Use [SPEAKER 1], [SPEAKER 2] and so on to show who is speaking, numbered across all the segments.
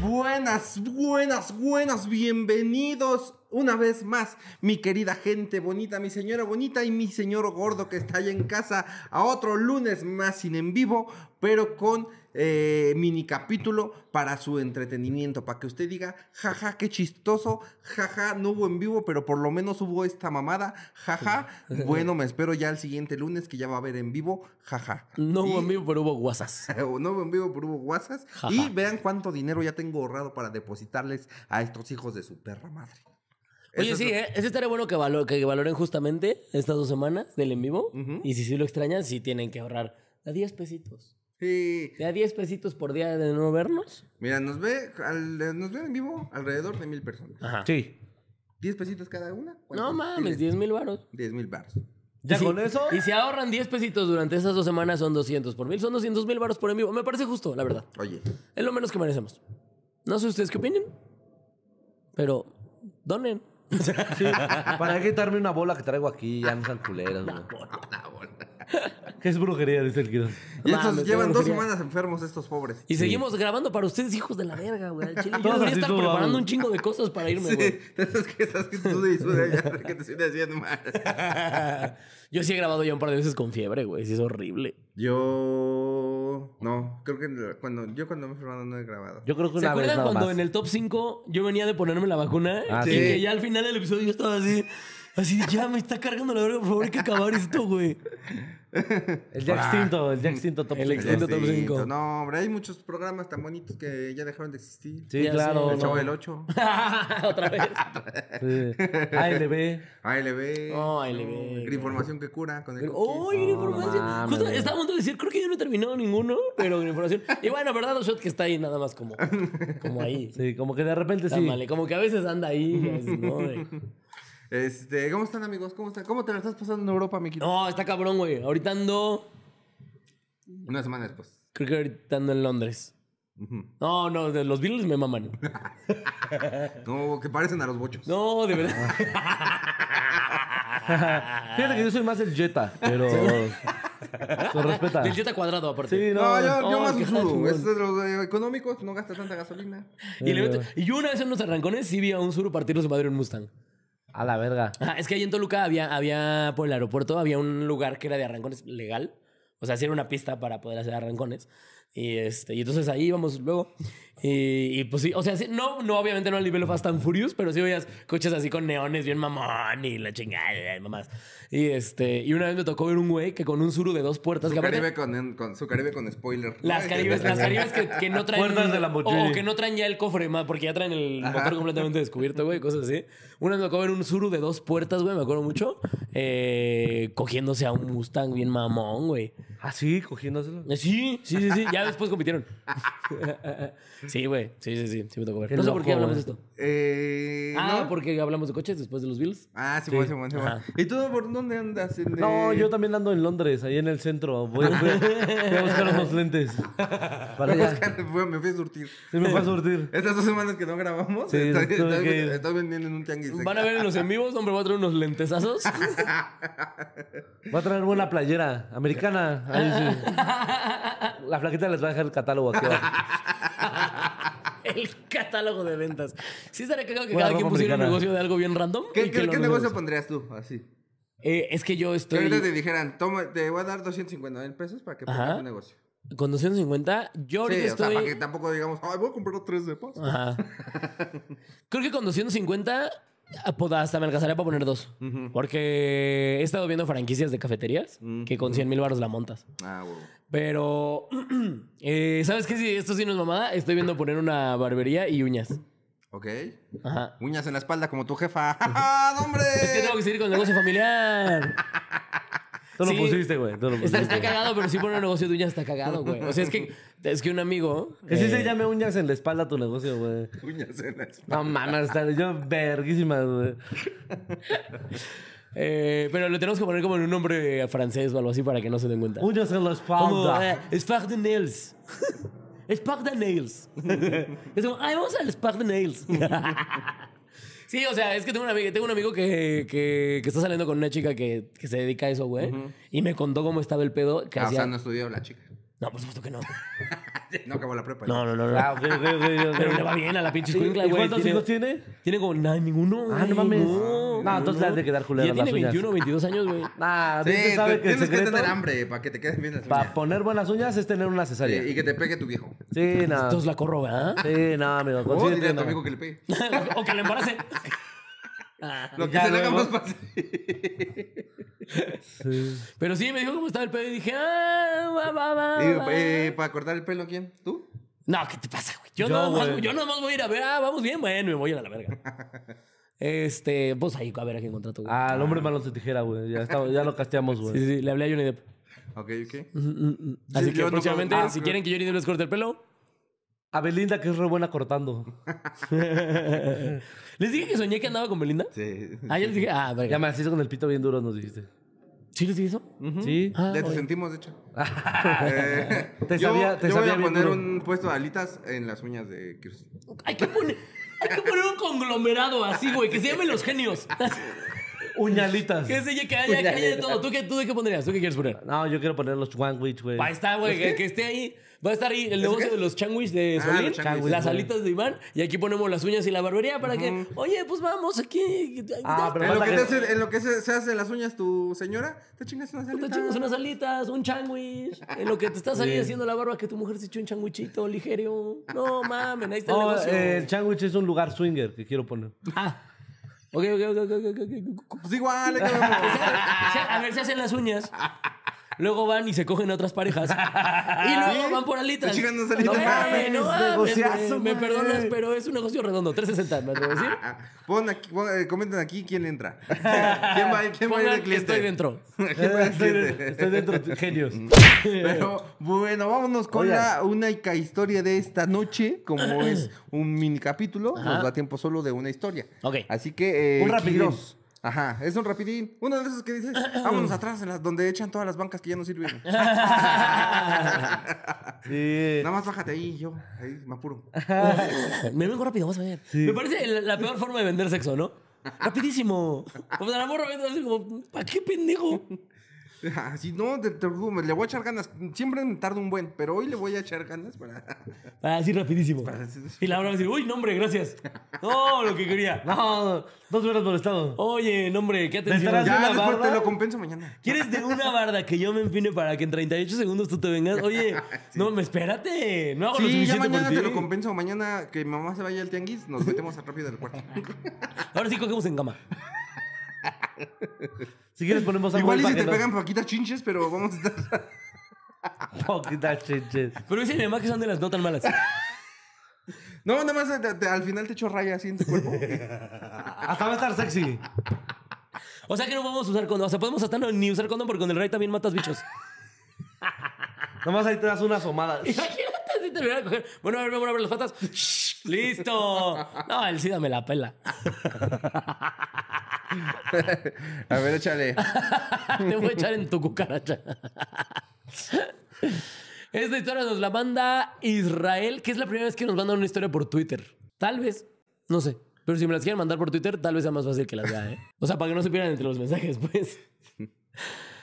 [SPEAKER 1] Buenas, buenas, buenas, bienvenidos una vez más, mi querida gente bonita, mi señora bonita y mi señor gordo que está allá en casa a otro lunes más sin en vivo, pero con eh, mini capítulo para su entretenimiento, para que usted diga, jaja, qué chistoso, jaja, no hubo en vivo, pero por lo menos hubo esta mamada, jaja, bueno, me espero ya el siguiente lunes que ya va a haber en vivo, jaja.
[SPEAKER 2] No hubo
[SPEAKER 1] Y-
[SPEAKER 2] en vivo, pero hubo guasas.
[SPEAKER 1] o no en vivo por Hugo Guasas.
[SPEAKER 2] Jaja.
[SPEAKER 1] Y vean cuánto dinero ya tengo ahorrado para depositarles a estos hijos de su perra madre.
[SPEAKER 2] Oye,
[SPEAKER 1] Eso es
[SPEAKER 2] sí,
[SPEAKER 1] lo-
[SPEAKER 2] ¿eh? Eso estaría bueno que, valo- que valoren justamente estas dos semanas del en vivo.
[SPEAKER 1] Ujú.
[SPEAKER 2] Y si sí lo extrañan, sí tienen que ahorrar. A 10 pesitos.
[SPEAKER 1] Sí.
[SPEAKER 2] De a 10 pesitos por día de no vernos.
[SPEAKER 1] Mira, nos ve, al- nos ve en vivo alrededor de mil personas.
[SPEAKER 2] Ajá.
[SPEAKER 3] Sí.
[SPEAKER 1] 10 pesitos cada una.
[SPEAKER 2] Ah. No mames, 10 mil baros.
[SPEAKER 1] 10 mil baros.
[SPEAKER 3] Ya
[SPEAKER 2] Y si-
[SPEAKER 3] con eso.
[SPEAKER 2] Y si ahorran 10 pesitos durante esas dos semanas, son 200 por mil. Son 200 mil baros por en vivo. Me parece justo, la verdad.
[SPEAKER 1] Oye,
[SPEAKER 2] Es lo menos que merecemos. No sé ustedes qué opinen, pero donen.
[SPEAKER 3] sí. ¿Para qué quitarme una bola que traigo aquí? Ya no sean culeros, güey. ¿Qué es brujería? Dice el Quirón.
[SPEAKER 1] y
[SPEAKER 2] Mames,
[SPEAKER 1] estos
[SPEAKER 2] qué
[SPEAKER 1] llevan dos
[SPEAKER 2] brujería.
[SPEAKER 1] semanas enfermos estos pobres.
[SPEAKER 2] Y seguimos grabando para ustedes, hijos de la verga, güey. Al chile, Yo
[SPEAKER 3] Todos
[SPEAKER 2] debería
[SPEAKER 3] así
[SPEAKER 2] estar
[SPEAKER 3] sudados.
[SPEAKER 2] preparando un chingo de cosas para irme,
[SPEAKER 1] Sí,
[SPEAKER 2] güey.
[SPEAKER 1] de esas que estás que tú y suda, ya, que te siguen haciendo mal.
[SPEAKER 2] Yo sí he grabado ya un par de veces con fiebre, güey. Sí, es horrible.
[SPEAKER 1] Yo no, creo que cuando yo cuando me he enfermado no he grabado.
[SPEAKER 3] Yo creo que
[SPEAKER 2] ¿Se
[SPEAKER 3] una vez
[SPEAKER 2] acuerdan
[SPEAKER 3] nada
[SPEAKER 2] cuando
[SPEAKER 3] más.
[SPEAKER 2] en el top 5 yo venía de ponerme la vacuna?
[SPEAKER 3] Ah,
[SPEAKER 2] y
[SPEAKER 1] sí.
[SPEAKER 2] que ya al final del episodio yo estaba así, así, de, ya me está cargando la verga, por favor, hay que acabar esto, güey.
[SPEAKER 3] El ya extinto, el ya extinto top
[SPEAKER 2] Ah. El
[SPEAKER 3] cinco.
[SPEAKER 2] extinto. top
[SPEAKER 1] Pobrecito.
[SPEAKER 2] cinco.
[SPEAKER 1] Este, No, hombre, hay muchos programas tan bonitos que ya dejaron de existir.
[SPEAKER 3] Sí,
[SPEAKER 2] Ya
[SPEAKER 3] claro.
[SPEAKER 2] sé,
[SPEAKER 1] El Chavo
[SPEAKER 3] no.
[SPEAKER 1] del 8,
[SPEAKER 2] Otra vez.
[SPEAKER 3] Sí. ALB.
[SPEAKER 1] ALB,
[SPEAKER 2] No, ALB,
[SPEAKER 1] no, Información que cura con el
[SPEAKER 2] ¡Uy,
[SPEAKER 1] Cookies.
[SPEAKER 2] información!
[SPEAKER 3] mames,
[SPEAKER 2] Justo
[SPEAKER 3] güey.
[SPEAKER 2] estaba a punto de decir, creo que ya no terminó ninguno, pero con información. Y bueno, ¿verdad? Shot que está ahí nada más como, como ahí.
[SPEAKER 3] Sí, como que de repente sí.
[SPEAKER 2] Támale, como que a veces anda ahí. y a veces no, güey.
[SPEAKER 1] Este, ¿cómo están amigos? ¿Cómo están? ¿Cómo te la estás pasando en Europa, mi querido?
[SPEAKER 2] No, está cabrón, güey. Ahorita ando.
[SPEAKER 1] Una semana después.
[SPEAKER 2] Creo que ahorita ando en Londres.
[SPEAKER 1] Ujú.
[SPEAKER 2] No, no, de- los Beatles me maman.
[SPEAKER 1] No, que parecen a los bochos.
[SPEAKER 2] No, de verdad.
[SPEAKER 3] Fíjate que yo soy más el Jetta, pero. Se respeta.
[SPEAKER 2] Del Jetta cuadrado, aparte.
[SPEAKER 3] Sí, no.
[SPEAKER 1] No, yo, yo
[SPEAKER 2] No,
[SPEAKER 1] más
[SPEAKER 2] qué
[SPEAKER 1] usuro.
[SPEAKER 2] chingón.
[SPEAKER 1] Es de los eh, económicos, no gasta tanta gasolina.
[SPEAKER 2] Y, le meto- y yo una vez en los arrancones sí vi a un suru partir su madre en Mustang.
[SPEAKER 3] A la verga.
[SPEAKER 2] Ajá, es que ahí en Toluca había, había, por el aeropuerto, había un lugar que era de arrancones legal. O sea, sí era una pista para poder hacer arrancones. Y, este, y entonces ahí íbamos luego. Y, y, pues sí, o sea, sí, no, no, obviamente no al nivel Fast and Furious, pero sí veías coches así con neones bien mamón y la chingada y mamás. Y, este, y una vez me tocó ver un güey que con un suru de dos puertas...
[SPEAKER 1] Su
[SPEAKER 2] que aparte-
[SPEAKER 1] Caribe con, con- su Caribe con spoiler.
[SPEAKER 2] las
[SPEAKER 1] Ay,
[SPEAKER 2] caribes,
[SPEAKER 1] qué-
[SPEAKER 2] las caribes que, que no traen.
[SPEAKER 3] Puertas de Lamborghini.
[SPEAKER 2] O, o que no traen ya el cofre, más, porque ya traen el motor completamente descubierto, güey, cosas así. Una vez me tocó ver un Zuru de dos puertas, güey, me acuerdo mucho. eh, cogiéndose a un Mustang bien mamón, güey.
[SPEAKER 3] Así, Ah, cogiéndoselo.
[SPEAKER 2] Sí, sí, sí, sí. Ya después compitieron. Sí, güey. Sí, sí, sí. Sí me tocó ver.
[SPEAKER 3] Qué
[SPEAKER 2] no sé
[SPEAKER 3] loco,
[SPEAKER 2] por qué hablamos de
[SPEAKER 3] güey.
[SPEAKER 2] esto.
[SPEAKER 1] Eh,
[SPEAKER 2] Ah,
[SPEAKER 1] ¿no?
[SPEAKER 2] porque hablamos de coches después de los Bills.
[SPEAKER 1] Ah, sí, bueno, sí, bueno, sí, bueno.
[SPEAKER 2] Ajá.
[SPEAKER 1] ¿Y tú por dónde andas? En,
[SPEAKER 3] No,
[SPEAKER 1] eh,
[SPEAKER 3] yo también ando en Londres, ahí en el centro. Voy, voy a- voy a buscar unos lentes. Para allá.
[SPEAKER 1] Fue- me fui a surtir.
[SPEAKER 3] Se me fue a surtir.
[SPEAKER 1] Estas dos semanas que no grabamos,
[SPEAKER 3] Sí,
[SPEAKER 1] estoy,
[SPEAKER 3] tuve
[SPEAKER 1] estoy-
[SPEAKER 3] que ir.
[SPEAKER 1] estoy vendiendo en un tianguis.
[SPEAKER 2] Van a ver en los en vivos, hombre, voy a traer unos lentesazos.
[SPEAKER 3] Voy a traer buena playera americana. Ahí sí. La flaquita les va a dejar el catálogo aquí abajo.
[SPEAKER 2] El catálogo de ventas. Sí estaría cagado que
[SPEAKER 3] Buena
[SPEAKER 2] cada quien
[SPEAKER 3] ropa
[SPEAKER 2] pusiera un
[SPEAKER 3] americana.
[SPEAKER 2] negocio de algo bien random. y
[SPEAKER 1] ¿Qué,
[SPEAKER 2] que
[SPEAKER 1] qué, qué
[SPEAKER 2] lo anuncie.
[SPEAKER 1] negocio pondrías tú? Así.
[SPEAKER 2] Eh, es que yo
[SPEAKER 1] Que
[SPEAKER 2] estoy
[SPEAKER 1] ahorita te dijeran, toma, te voy a dar 250 mil pesos para que pongas
[SPEAKER 2] Ajá.
[SPEAKER 1] tu negocio.
[SPEAKER 2] con 250. Yo
[SPEAKER 1] Sí,
[SPEAKER 2] ahorita
[SPEAKER 1] o sea,
[SPEAKER 2] estoy. Ah.
[SPEAKER 1] para que tampoco digamos, ay, voy a comprar tres de paz.
[SPEAKER 2] Ajá. Creo que con 250 ah, pod- hasta me alcanzaría para poner dos. Porque he estado viendo franquicias de cafeterías que con 100 mil baros la montas.
[SPEAKER 1] Ah, huevo.
[SPEAKER 2] Pero, eh, ¿sabes qué? Sí, esto sí no es mamada. Estoy viendo poner una barbería y uñas.
[SPEAKER 1] Ok.
[SPEAKER 2] Ajá.
[SPEAKER 1] Uñas en la espalda como tu jefa. ¡Ja, ja, no, hombre!
[SPEAKER 2] Es que tengo que seguir con el negocio familiar.
[SPEAKER 3] Tú
[SPEAKER 2] Sí.
[SPEAKER 3] lo pusiste, güey. Tú lo
[SPEAKER 2] Está,
[SPEAKER 3] pusiste.
[SPEAKER 2] está cagado, pero sí poner un negocio de uñas está cagado, güey. O sea, es que, es que un amigo.
[SPEAKER 3] Que sí se
[SPEAKER 2] eh,
[SPEAKER 3] llame uñas en la espalda tu negocio, güey.
[SPEAKER 1] Uñas en la espalda.
[SPEAKER 3] No mames, están yo verguísimas, güey.
[SPEAKER 2] Eh, pero lo tenemos que poner como en un nombre francés o algo así para que no se den cuenta.
[SPEAKER 3] Uñas en la
[SPEAKER 2] Como
[SPEAKER 3] espalda.
[SPEAKER 2] eh, Spark de Nails. Spark de Nails. es como, ay, vamos al Spark de Nails. sí, o sea, es que tengo un amigo, tengo un amigo que, que, que está saliendo con una chica que, que se dedica a eso, güey. Y me contó cómo estaba el pedo. Que
[SPEAKER 1] Ah, o
[SPEAKER 2] hacía...
[SPEAKER 1] sea,
[SPEAKER 2] no.
[SPEAKER 1] no estudió la chica.
[SPEAKER 2] por supuesto que no.
[SPEAKER 1] No acabó la prepa.
[SPEAKER 2] No, no, no, no.
[SPEAKER 3] Ah, ok, ok, ok, ok.
[SPEAKER 2] Pero le va bien a la pinche escuincla,
[SPEAKER 3] ¿Y
[SPEAKER 2] güey.
[SPEAKER 3] cuántos
[SPEAKER 2] Tiene-
[SPEAKER 3] hijos tiene?
[SPEAKER 2] Tiene como nada, ninguno.
[SPEAKER 3] Ah, no
[SPEAKER 2] güey,
[SPEAKER 3] mames.
[SPEAKER 2] No,
[SPEAKER 3] No, entonces le has de quedar culero
[SPEAKER 2] Ya
[SPEAKER 3] a
[SPEAKER 2] tiene
[SPEAKER 3] las uñas. Ah.
[SPEAKER 2] 21, 22 años, güey.
[SPEAKER 3] Nah,
[SPEAKER 1] Sí,
[SPEAKER 3] bien se
[SPEAKER 1] te-
[SPEAKER 3] sabe que el
[SPEAKER 1] tienes que
[SPEAKER 3] secreto
[SPEAKER 1] tener hambre para que te queden bien las
[SPEAKER 3] para
[SPEAKER 1] uñas.
[SPEAKER 3] poner buenas uñas es tener una
[SPEAKER 1] Sí,
[SPEAKER 3] cesárea.
[SPEAKER 1] y que te pegue tu viejo.
[SPEAKER 3] Sí, nada.
[SPEAKER 2] Entonces la corro, ¿verdad?
[SPEAKER 3] Sí, nada, Oh, amigo.
[SPEAKER 1] O dile
[SPEAKER 3] Consíguete
[SPEAKER 1] a tu
[SPEAKER 3] una.
[SPEAKER 1] amigo que le pegue.
[SPEAKER 2] o que la embarace. Ah.
[SPEAKER 1] Lo que
[SPEAKER 3] Ya
[SPEAKER 1] se le haga más
[SPEAKER 3] luego.
[SPEAKER 1] fácil.
[SPEAKER 3] Sí.
[SPEAKER 2] Pero sí, me dijo cómo estaba el pedo y dije, ah, va, va, va. va.
[SPEAKER 1] eh, ¿Para cortar el pelo quién? ¿Tú?
[SPEAKER 2] No, ¿qué te pasa, güey? Yo,
[SPEAKER 3] Yo,
[SPEAKER 2] nada más,
[SPEAKER 3] güey.
[SPEAKER 2] yo nada más voy a ir a ver, ah, vamos bien, bueno, me voy a la verga. Este, pues ahí, a ver a quién contrato, güey.
[SPEAKER 3] Ah, el hombre malo de tijera, güey. Ya, está- ya lo casteamos,
[SPEAKER 2] Sí,
[SPEAKER 3] güey.
[SPEAKER 2] sí, sí, le hablé a Johnny Depp.
[SPEAKER 1] Ok, ok.
[SPEAKER 2] Mm, mm, mm. Así
[SPEAKER 1] pues. Sí,
[SPEAKER 2] que
[SPEAKER 1] yo no
[SPEAKER 2] próximamente,
[SPEAKER 1] puedo- ah,
[SPEAKER 2] si
[SPEAKER 1] ok.
[SPEAKER 2] quieren que Johnny Depp les corte el pelo,
[SPEAKER 3] A Belinda, que es re buena cortando.
[SPEAKER 2] les dije que soñé que andaba con Belinda.
[SPEAKER 1] Sí.
[SPEAKER 2] Ah, ya les dije, ah,
[SPEAKER 3] Ya
[SPEAKER 2] verga.
[SPEAKER 3] me asiste con el pito bien duro, nos dijiste.
[SPEAKER 2] ¿Sí les dije eso?
[SPEAKER 3] Sí.
[SPEAKER 2] Ah,
[SPEAKER 1] ya te
[SPEAKER 2] oye.
[SPEAKER 1] sentimos, de hecho. Eh,
[SPEAKER 3] Te
[SPEAKER 1] yo
[SPEAKER 3] sabía- te
[SPEAKER 1] yo voy
[SPEAKER 3] sabía
[SPEAKER 1] a
[SPEAKER 3] bien
[SPEAKER 1] poner
[SPEAKER 3] duro.
[SPEAKER 1] un puesto de alitas en las uñas de Kirsten.
[SPEAKER 2] Hay que poner, hay que poner un conglomerado así, güey, que se llame Los Genios.
[SPEAKER 3] Uñalitas.
[SPEAKER 2] que se lle- que
[SPEAKER 1] Pues
[SPEAKER 2] haya, que haya de todo. ¿Tú qué, ¿Tú de qué pondrías? ¿Tú qué quieres poner?
[SPEAKER 3] No, yo quiero poner los Chwanwich, güey.
[SPEAKER 1] este
[SPEAKER 2] Ahí está, güey, que, que esté ahí. Va a estar ahí el negocio de los changuis de
[SPEAKER 1] Ah,
[SPEAKER 2] Solín,
[SPEAKER 1] los changuis,
[SPEAKER 2] las
[SPEAKER 1] güey.
[SPEAKER 2] alitas de Iván, y aquí ponemos las uñas y la barbería para que, oye, pues vamos aquí.
[SPEAKER 3] Ah,
[SPEAKER 2] ya,
[SPEAKER 3] pero
[SPEAKER 1] En lo
[SPEAKER 3] falta
[SPEAKER 1] que,
[SPEAKER 3] que-
[SPEAKER 1] te hace- en lo que se, se hace las uñas tu señora, te chingas unas
[SPEAKER 2] Te
[SPEAKER 1] alitas.
[SPEAKER 2] chingas unas alitas, un changuis. En lo que te estás ahí haciendo la barba, que tu mujer se echó un changuichito ligero. No mamen, ahí está el
[SPEAKER 1] Oh,
[SPEAKER 3] No,
[SPEAKER 2] negocio.
[SPEAKER 3] eh, el Chwanwich es un lugar swinger que quiero poner.
[SPEAKER 2] Ah. Ok, ok, ok, ok, ok, ok, ok.
[SPEAKER 1] Pues igual, le
[SPEAKER 2] O
[SPEAKER 1] quedamos.
[SPEAKER 2] sea, se- A ver, se hacen las uñas. Luego van y se cogen a otras parejas. Y luego
[SPEAKER 1] ¿Sí?
[SPEAKER 2] van por alitas.
[SPEAKER 1] Te chingan unas
[SPEAKER 2] No
[SPEAKER 1] alitas.
[SPEAKER 2] mames, no
[SPEAKER 3] Es
[SPEAKER 2] mames,
[SPEAKER 3] negociazo,
[SPEAKER 2] güey. Me
[SPEAKER 3] madre.
[SPEAKER 2] perdonas, pero es un negocio redondo. 360, me atrevo a decir.
[SPEAKER 1] Ah, Pon aquí, pon- eh, comenten aquí quién entra. ¿Quién va, a ir- quién va a ir de
[SPEAKER 2] Pongan que
[SPEAKER 1] cliente?
[SPEAKER 2] estoy dentro.
[SPEAKER 1] ¿Quién va a ir de
[SPEAKER 3] Estoy,
[SPEAKER 1] cliente?
[SPEAKER 3] estoy dentro, genios.
[SPEAKER 1] Mm. Pero bueno, vámonos con
[SPEAKER 3] Oigan.
[SPEAKER 1] la única historia de esta noche, como es un mini capítulo, nos da tiempo solo de una historia.
[SPEAKER 2] Ok.
[SPEAKER 1] Así que eh,
[SPEAKER 3] Un rapidín.
[SPEAKER 1] Quirós. Ajá, es un rapidín. Uno de esos que dices, vámonos atrás, en las- donde echan todas las bancas que ya no sirven.
[SPEAKER 3] Sí.
[SPEAKER 1] Nada más bájate ahí, yo, ahí me apuro.
[SPEAKER 2] Me vengo rápido, vamos a ver. Me parece la, la peor forma de vender sexo, ¿no? Rapidísimo. O sea, la morra va a decir como, ¿para qué pendejo?
[SPEAKER 1] Si no, te- te juro, me- le voy a echar ganas. Siempre me tardo un buen, pero hoy le voy a echar ganas para...
[SPEAKER 2] Ah, sí, rapidísimo. Y la morra va a decir, uy, no, hombre, gracias. No, lo que quería.
[SPEAKER 3] No, no te hubieras molestado.
[SPEAKER 2] Oye, no, hombre, qué
[SPEAKER 3] estarás
[SPEAKER 2] atención.
[SPEAKER 1] Ya,
[SPEAKER 3] una
[SPEAKER 1] después
[SPEAKER 3] barba?
[SPEAKER 1] te lo compenso mañana.
[SPEAKER 2] ¿Quieres de una barda que yo me empine para que en 38 segundos tú te vengas? Oye, no, me espérate. No hago lo
[SPEAKER 1] Sí, ya
[SPEAKER 2] suficiente por
[SPEAKER 1] mañana
[SPEAKER 2] ti.
[SPEAKER 1] te lo compenso. Mañana que mi mamá se vaya al tianguis, nos metemos rápido del cuarto.
[SPEAKER 2] Ahora sí cogemos en cama.
[SPEAKER 3] Si quieres ponemos algo
[SPEAKER 1] Igual y
[SPEAKER 3] para
[SPEAKER 1] si
[SPEAKER 3] que
[SPEAKER 1] te
[SPEAKER 3] no-
[SPEAKER 1] pegan paquitas chinches, pero vamos a estar.
[SPEAKER 3] Poquita chinches.
[SPEAKER 2] Pero dice mi mamá que son de las no tan malas.
[SPEAKER 1] No, nada más eh, te- te- al final te echo raya así en tu cuerpo.
[SPEAKER 3] Hasta va a estar sexy.
[SPEAKER 2] O sea que no podemos usar condón. O sea, podemos hasta no, ni usar condón porque con el rey también matas bichos.
[SPEAKER 3] Nomás ahí te das una asomada.
[SPEAKER 2] Imagínate si te viera a coger. Bueno, a ver, me voy a abrir las patas. Shh, ¡Listo! No, el SIDA me la pela.
[SPEAKER 1] A ver, échale.
[SPEAKER 2] Te voy a echar en tu cucaracha. Esta historia nos la manda Israel, que es la primera vez que nos mandan una historia por Twitter. Tal vez, no sé. Pero si me las quieren mandar por Twitter, tal vez sea más fácil que las vea, ¿eh? O sea, para que no se pierdan entre los mensajes, pues.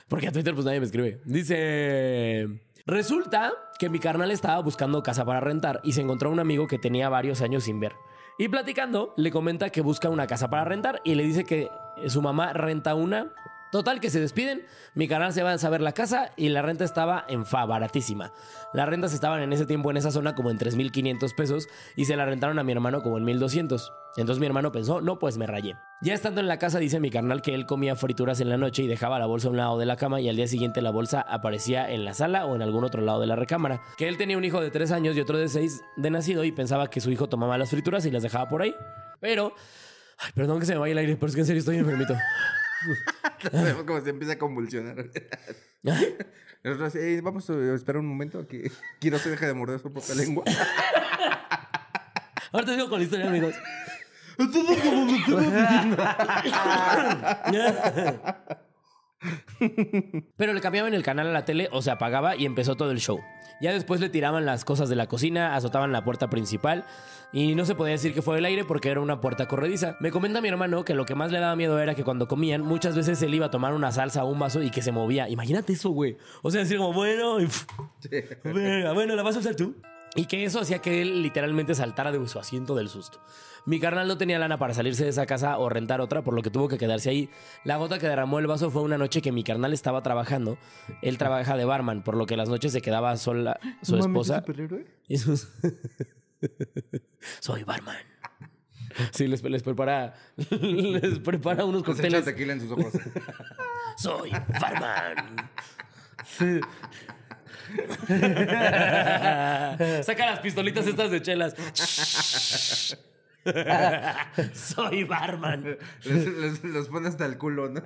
[SPEAKER 2] Porque a Twitter pues nadie me escribe. Dice... Resulta que mi carnal estaba buscando casa para rentar y se encontró a un amigo que tenía varios años sin ver. Y platicando, le comenta que busca una casa para rentar y le dice que su mamá renta una. Total, que se despiden. Mi carnal se va a saber la casa y la renta estaba en fa, baratísima. Las rentas estaban en ese tiempo en esa zona como en 3.500 pesos y se la rentaron a mi hermano como en 1.200. Entonces mi hermano pensó, no, pues me rayé. Ya estando en la casa, dice mi carnal que él comía frituras en la noche y dejaba la bolsa a un lado de la cama y al día siguiente la bolsa aparecía en la sala o en algún otro lado de la recámara. Que él tenía un hijo de 3 años y otro de 6 de nacido y pensaba que su hijo tomaba las frituras y las dejaba por ahí. Pero... Ay, perdón que se me vaya el aire, pero es que en serio estoy enfermito.
[SPEAKER 1] Vemos cómo se empieza a convulsionar. Nosotros, eh, vamos a esperar un momento a que Kiro se deje de morder su propia lengua.
[SPEAKER 2] Ahora te digo con la historia, amigos.
[SPEAKER 1] Entonces, como me tengo que-
[SPEAKER 2] Pero le cambiaban el canal a la tele o se apagaba y empezó todo el show. Ya después le tiraban las cosas de la cocina, azotaban la puerta principal y no se podía decir que fue el aire porque era una puerta corrediza. Me comenta mi hermano que lo que más le daba miedo era que cuando comían muchas veces él iba a tomar una salsa o un vaso y que se movía. Imagínate eso, güey. O sea, decir como, bueno, y pf, venga, bueno, la vas a usar tú. Y que eso hacía que él literalmente saltara de su asiento del susto. Mi carnal no tenía lana para salirse de esa casa o rentar otra, por lo que tuvo que quedarse ahí. La gota que derramó el vaso fue una noche que mi carnal estaba trabajando. Él trabaja de barman, por lo que las noches se quedaba sola su
[SPEAKER 1] No mames,
[SPEAKER 2] esposa.
[SPEAKER 1] ¿es superhéroe?
[SPEAKER 2] Y sus- Soy barman. Sí, les, les prepara les prepara unos
[SPEAKER 1] Se echa
[SPEAKER 2] cócteles.
[SPEAKER 1] tequila en sus ojos.
[SPEAKER 2] Soy barman. Saca las pistolitas estas de chelas. Soy barman.
[SPEAKER 1] les, les- los pone hasta el culo, ¿no?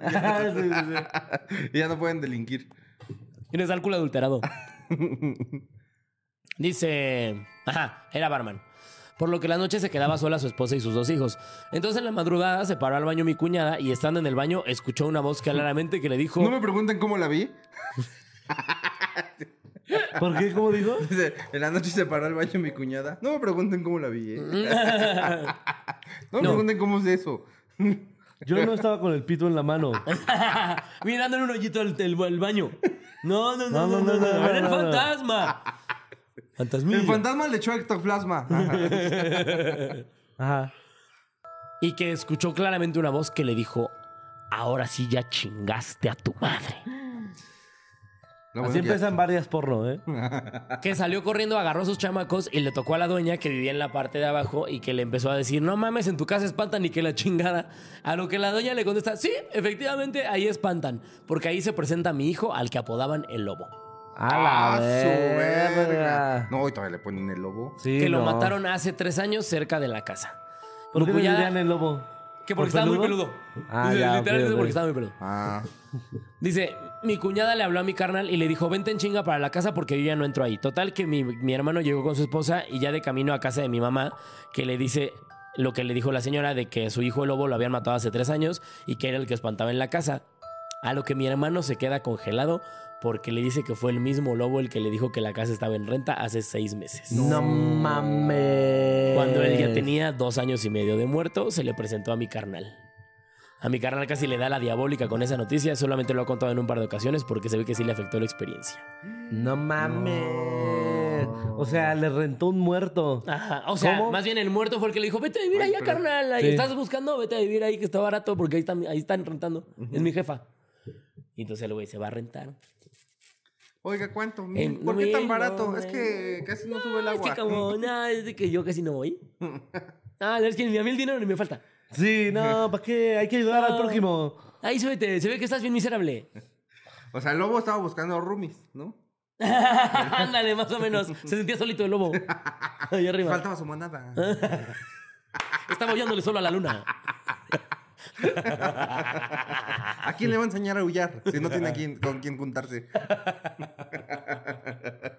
[SPEAKER 1] y ya no pueden delinquir.
[SPEAKER 2] Tienes al culo adulterado. Dice. Ajá, era barman. Por lo que la noche se quedaba sola su esposa y sus dos hijos. Entonces en la madrugada se paró al baño mi cuñada y estando en el baño escuchó una voz claramente que le dijo.
[SPEAKER 1] No me pregunten cómo la vi.
[SPEAKER 3] ¿Por qué? ¿Cómo dijo?
[SPEAKER 1] Dice, en la noche se paró al baño mi cuñada. No me pregunten cómo la vi, ¿eh? no me
[SPEAKER 2] No.
[SPEAKER 1] pregunten cómo es eso.
[SPEAKER 3] Yo no estaba con el pito en la mano.
[SPEAKER 2] Mirando en un hoyito el, el- el baño. No, no, no, no, no, no.
[SPEAKER 3] no,
[SPEAKER 2] Era el
[SPEAKER 3] no, no.
[SPEAKER 2] fantasma. Fantasmilla.
[SPEAKER 1] El fantasma le echó ectoplasma. Ah,
[SPEAKER 3] Ajá.
[SPEAKER 2] Y que escuchó claramente una voz que le dijo: Ahora sí ya chingaste a tu madre.
[SPEAKER 1] No,
[SPEAKER 3] Así
[SPEAKER 1] bueno, ya. Mm.
[SPEAKER 3] empiezan varias porno, ¿eh?
[SPEAKER 2] Que salió corriendo, agarró a sus chamacos y le tocó a la dueña que vivía en la parte de abajo y que le empezó a decir, no mames, en tu casa espantan y que la chingada. A lo que la dueña le contesta, sí, efectivamente, ahí espantan, porque ahí se presenta mi hijo al que apodaban el lobo.
[SPEAKER 3] A
[SPEAKER 1] ¡Ah, su verga! No, y todavía le ponen el lobo.
[SPEAKER 3] Sí,
[SPEAKER 2] que lo
[SPEAKER 3] no.
[SPEAKER 2] mataron hace tres años cerca de la casa.
[SPEAKER 3] ¿Por
[SPEAKER 2] Mi
[SPEAKER 3] qué le
[SPEAKER 2] cuñada-
[SPEAKER 3] dirían el lobo?
[SPEAKER 2] Que porque estaba muy peludo.
[SPEAKER 3] Ah,
[SPEAKER 2] Dice,
[SPEAKER 3] ya,
[SPEAKER 2] Literal,
[SPEAKER 3] ok,
[SPEAKER 2] dice
[SPEAKER 3] ok.
[SPEAKER 2] porque estaba muy peludo.
[SPEAKER 1] Ah,
[SPEAKER 2] Dice, mi cuñada le habló a mi carnal y le dijo, vente en chinga para la casa porque yo ya no entro ahí. Total que mi, mi hermano llegó con su esposa y ya de camino a casa de mi mamá, que le dice lo que le dijo la señora de que su hijo el lobo lo habían matado hace tres años y que era el que espantaba en la casa. A lo que mi hermano se queda congelado porque le dice que fue el mismo lobo el que le dijo que la casa estaba en renta hace seis meses.
[SPEAKER 3] No mames.
[SPEAKER 2] Cuando él ya tenía dos años y medio de muerto, se le presentó a mi carnal. A mi carnal casi le da la diabólica con esa noticia, solamente lo ha contado en un par de ocasiones porque se ve que sí le afectó la experiencia.
[SPEAKER 3] No mames. O sea, le rentó un muerto.
[SPEAKER 2] Ajá, o sea,
[SPEAKER 3] ¿Cómo?
[SPEAKER 2] más bien el muerto fue el que le dijo, vete a vivir
[SPEAKER 1] Ay,
[SPEAKER 2] allá,
[SPEAKER 1] pero-
[SPEAKER 2] carnal, ahí
[SPEAKER 3] Sí.
[SPEAKER 2] estás buscando, vete a vivir ahí que está barato porque ahí están, ahí están rentando, es mi jefa. Y entonces el güey se va a rentar.
[SPEAKER 1] oiga, ¿cuánto? ¿Mil?
[SPEAKER 2] En
[SPEAKER 1] ¿Por qué tan
[SPEAKER 2] mil,
[SPEAKER 1] barato?
[SPEAKER 2] no,
[SPEAKER 1] es que casi no sube el
[SPEAKER 2] Ah, es
[SPEAKER 1] agua.
[SPEAKER 2] que como, nada, es de que yo casi no voy. Ah, es que ni a mí el dinero ni me falta.
[SPEAKER 3] Sí, no, ¿para qué? Hay que ayudar al
[SPEAKER 2] No.
[SPEAKER 3] prójimo.
[SPEAKER 2] Ahí súbete, se ve que estás bien miserable.
[SPEAKER 1] O sea, el lobo estaba buscando roomies, ¿no?
[SPEAKER 2] Ándale, más o menos. Se sentía solito el lobo. Ahí arriba.
[SPEAKER 1] Faltaba su manada.
[SPEAKER 2] Estaba oyéndole solo a la luna.
[SPEAKER 1] ¿A quién le va a enseñar a huyar si no tiene quien- con quién juntarse?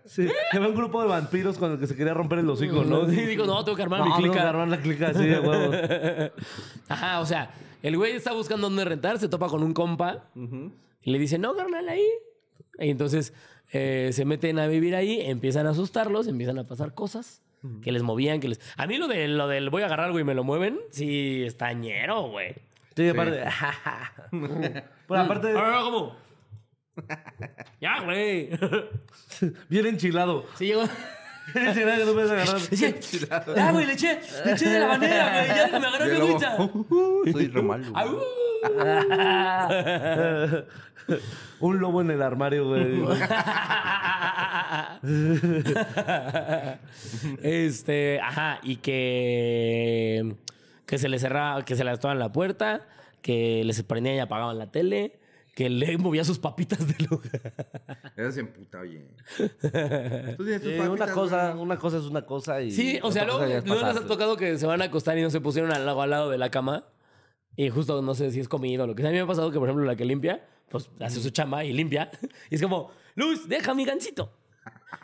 [SPEAKER 3] Sí. Había un grupo de vampiros con el que se quería romper el hocico, ¿no?
[SPEAKER 2] Y digo, no, tengo que armar
[SPEAKER 3] No,
[SPEAKER 2] mi
[SPEAKER 3] tengo que
[SPEAKER 2] clica.
[SPEAKER 3] armar la clica así de huevo.
[SPEAKER 2] Ajá, o sea, el güey está buscando dónde rentar, se topa con un compa y le dice, no, carnal, ahí. Y entonces eh, se meten a vivir ahí, empiezan a asustarlos, empiezan a pasar cosas que les movían, que les... A mí lo, de, lo del voy a agarrar algo y me lo mueven, sí, estañero, güey.
[SPEAKER 3] Sí, aparte. Pero aparte,
[SPEAKER 2] Ah, ¿cómo? ya, güey.
[SPEAKER 3] bien enchilado.
[SPEAKER 2] sí, llegó...
[SPEAKER 3] Bien enchilado que no puedes agarrar.
[SPEAKER 2] Eché, ah, güey, le eché, le eché de la bandera, güey, ya se me agarró
[SPEAKER 1] Y
[SPEAKER 2] mi
[SPEAKER 1] el lobo,
[SPEAKER 2] agüita.
[SPEAKER 1] soy re malo.
[SPEAKER 2] Ah, uh.
[SPEAKER 3] Un lobo en el armario, güey.
[SPEAKER 2] este, ajá, y que que se le cerraba, que se le atoran la puerta, que les prendían y apagaban la tele, que le movía sus papitas de lugar.
[SPEAKER 1] Eso se emputa, oye. Tú tienes tus
[SPEAKER 3] Sí, una
[SPEAKER 1] papitas,
[SPEAKER 3] cosa,
[SPEAKER 1] güey.
[SPEAKER 3] una cosa es una cosa y.
[SPEAKER 2] Sí, o sea,
[SPEAKER 3] otra
[SPEAKER 2] luego
[SPEAKER 3] cosa ya es
[SPEAKER 2] no les ha
[SPEAKER 3] pasarse.
[SPEAKER 2] tocado que se van a acostar y no se pusieron al lado, al lado de la cama. Y justo no sé si es comido o lo que sea. A mí me ha pasado que, por ejemplo, la que limpia, pues hace su chamba y limpia. Y es como, Luz, deja mi gancito.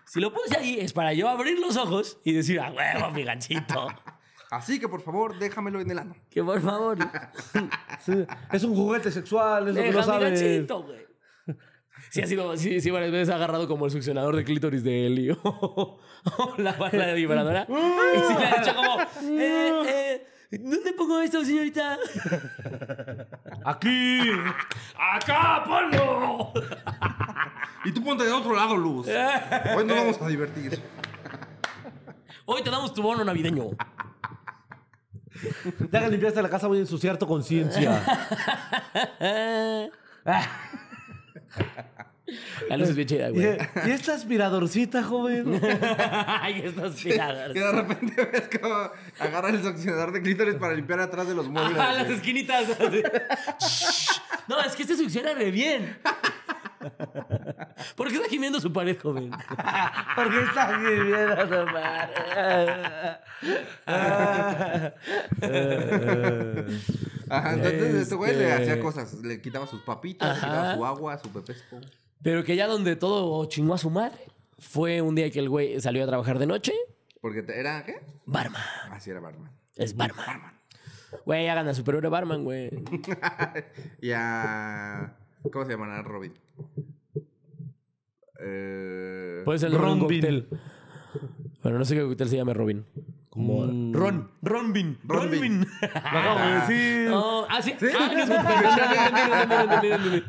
[SPEAKER 2] Si lo puse ahí es para yo abrir los ojos y decir, a huevo, mi gancito.
[SPEAKER 1] Así que por favor, déjamelo en el ano.
[SPEAKER 2] Que por favor,
[SPEAKER 3] Sí, Es un juguete sexual, es lo que no
[SPEAKER 2] deja mi
[SPEAKER 3] sabes.
[SPEAKER 2] gancito, güey. Sí, ha sido, sí, sí, varias veces ha agarrado como el succionador de clítoris de Eli o la bala de vibradora. y sí le ha dicho como, eh, eh, ¿dónde pongo esto, señorita?
[SPEAKER 3] Aquí.
[SPEAKER 2] ¡Acá, ponlo!
[SPEAKER 1] Y tú ponte de otro lado, Luz. Hoy nos vamos a divertir.
[SPEAKER 2] Hoy te damos tu bono navideño.
[SPEAKER 3] Ya que limpiaste la casa, voy a ensuciar tu conciencia.
[SPEAKER 2] Ah. La luz es bien chida,
[SPEAKER 3] ¿Y,
[SPEAKER 2] güey.
[SPEAKER 3] y esta aspiradorcita, joven?
[SPEAKER 2] Ay, estás
[SPEAKER 1] Que de repente ves como agarra el succionador de clítoris para limpiar atrás de los muebles.
[SPEAKER 2] Ajá, las
[SPEAKER 1] güey.
[SPEAKER 2] esquinitas. Shh. no, es que este succiona re bien. ¿Por qué está gimiendo su pared, joven?
[SPEAKER 3] Porque está viviendo a tomar.
[SPEAKER 1] Ajá, entonces este güey le
[SPEAKER 2] Este-
[SPEAKER 1] hacía cosas. Le quitaba sus papitas, le
[SPEAKER 2] Ajá.
[SPEAKER 1] quitaba su agua, su pepesco.
[SPEAKER 2] Pero que ya donde todo chingó a su madre fue un día que el güey salió a trabajar de noche.
[SPEAKER 1] Porque te- era, ¿qué?
[SPEAKER 2] Barman.
[SPEAKER 1] Así era Barman.
[SPEAKER 2] Es barman. Güey, hagan a superior a barman, güey.
[SPEAKER 1] Y a... ¿Cómo se llaman? A Robin. Eh...
[SPEAKER 2] Puede ser el Ron
[SPEAKER 3] Ronbin.
[SPEAKER 2] Cóctel. Bueno, no sé qué cóctel se llame Robin. Como Ron. Ronbin.
[SPEAKER 1] Ronbin.
[SPEAKER 2] Ronbin.
[SPEAKER 3] Lo acabo de decir.
[SPEAKER 2] No, ah, sí. Ah, no es cóctel. Entendí, entendí, entendí, entendí.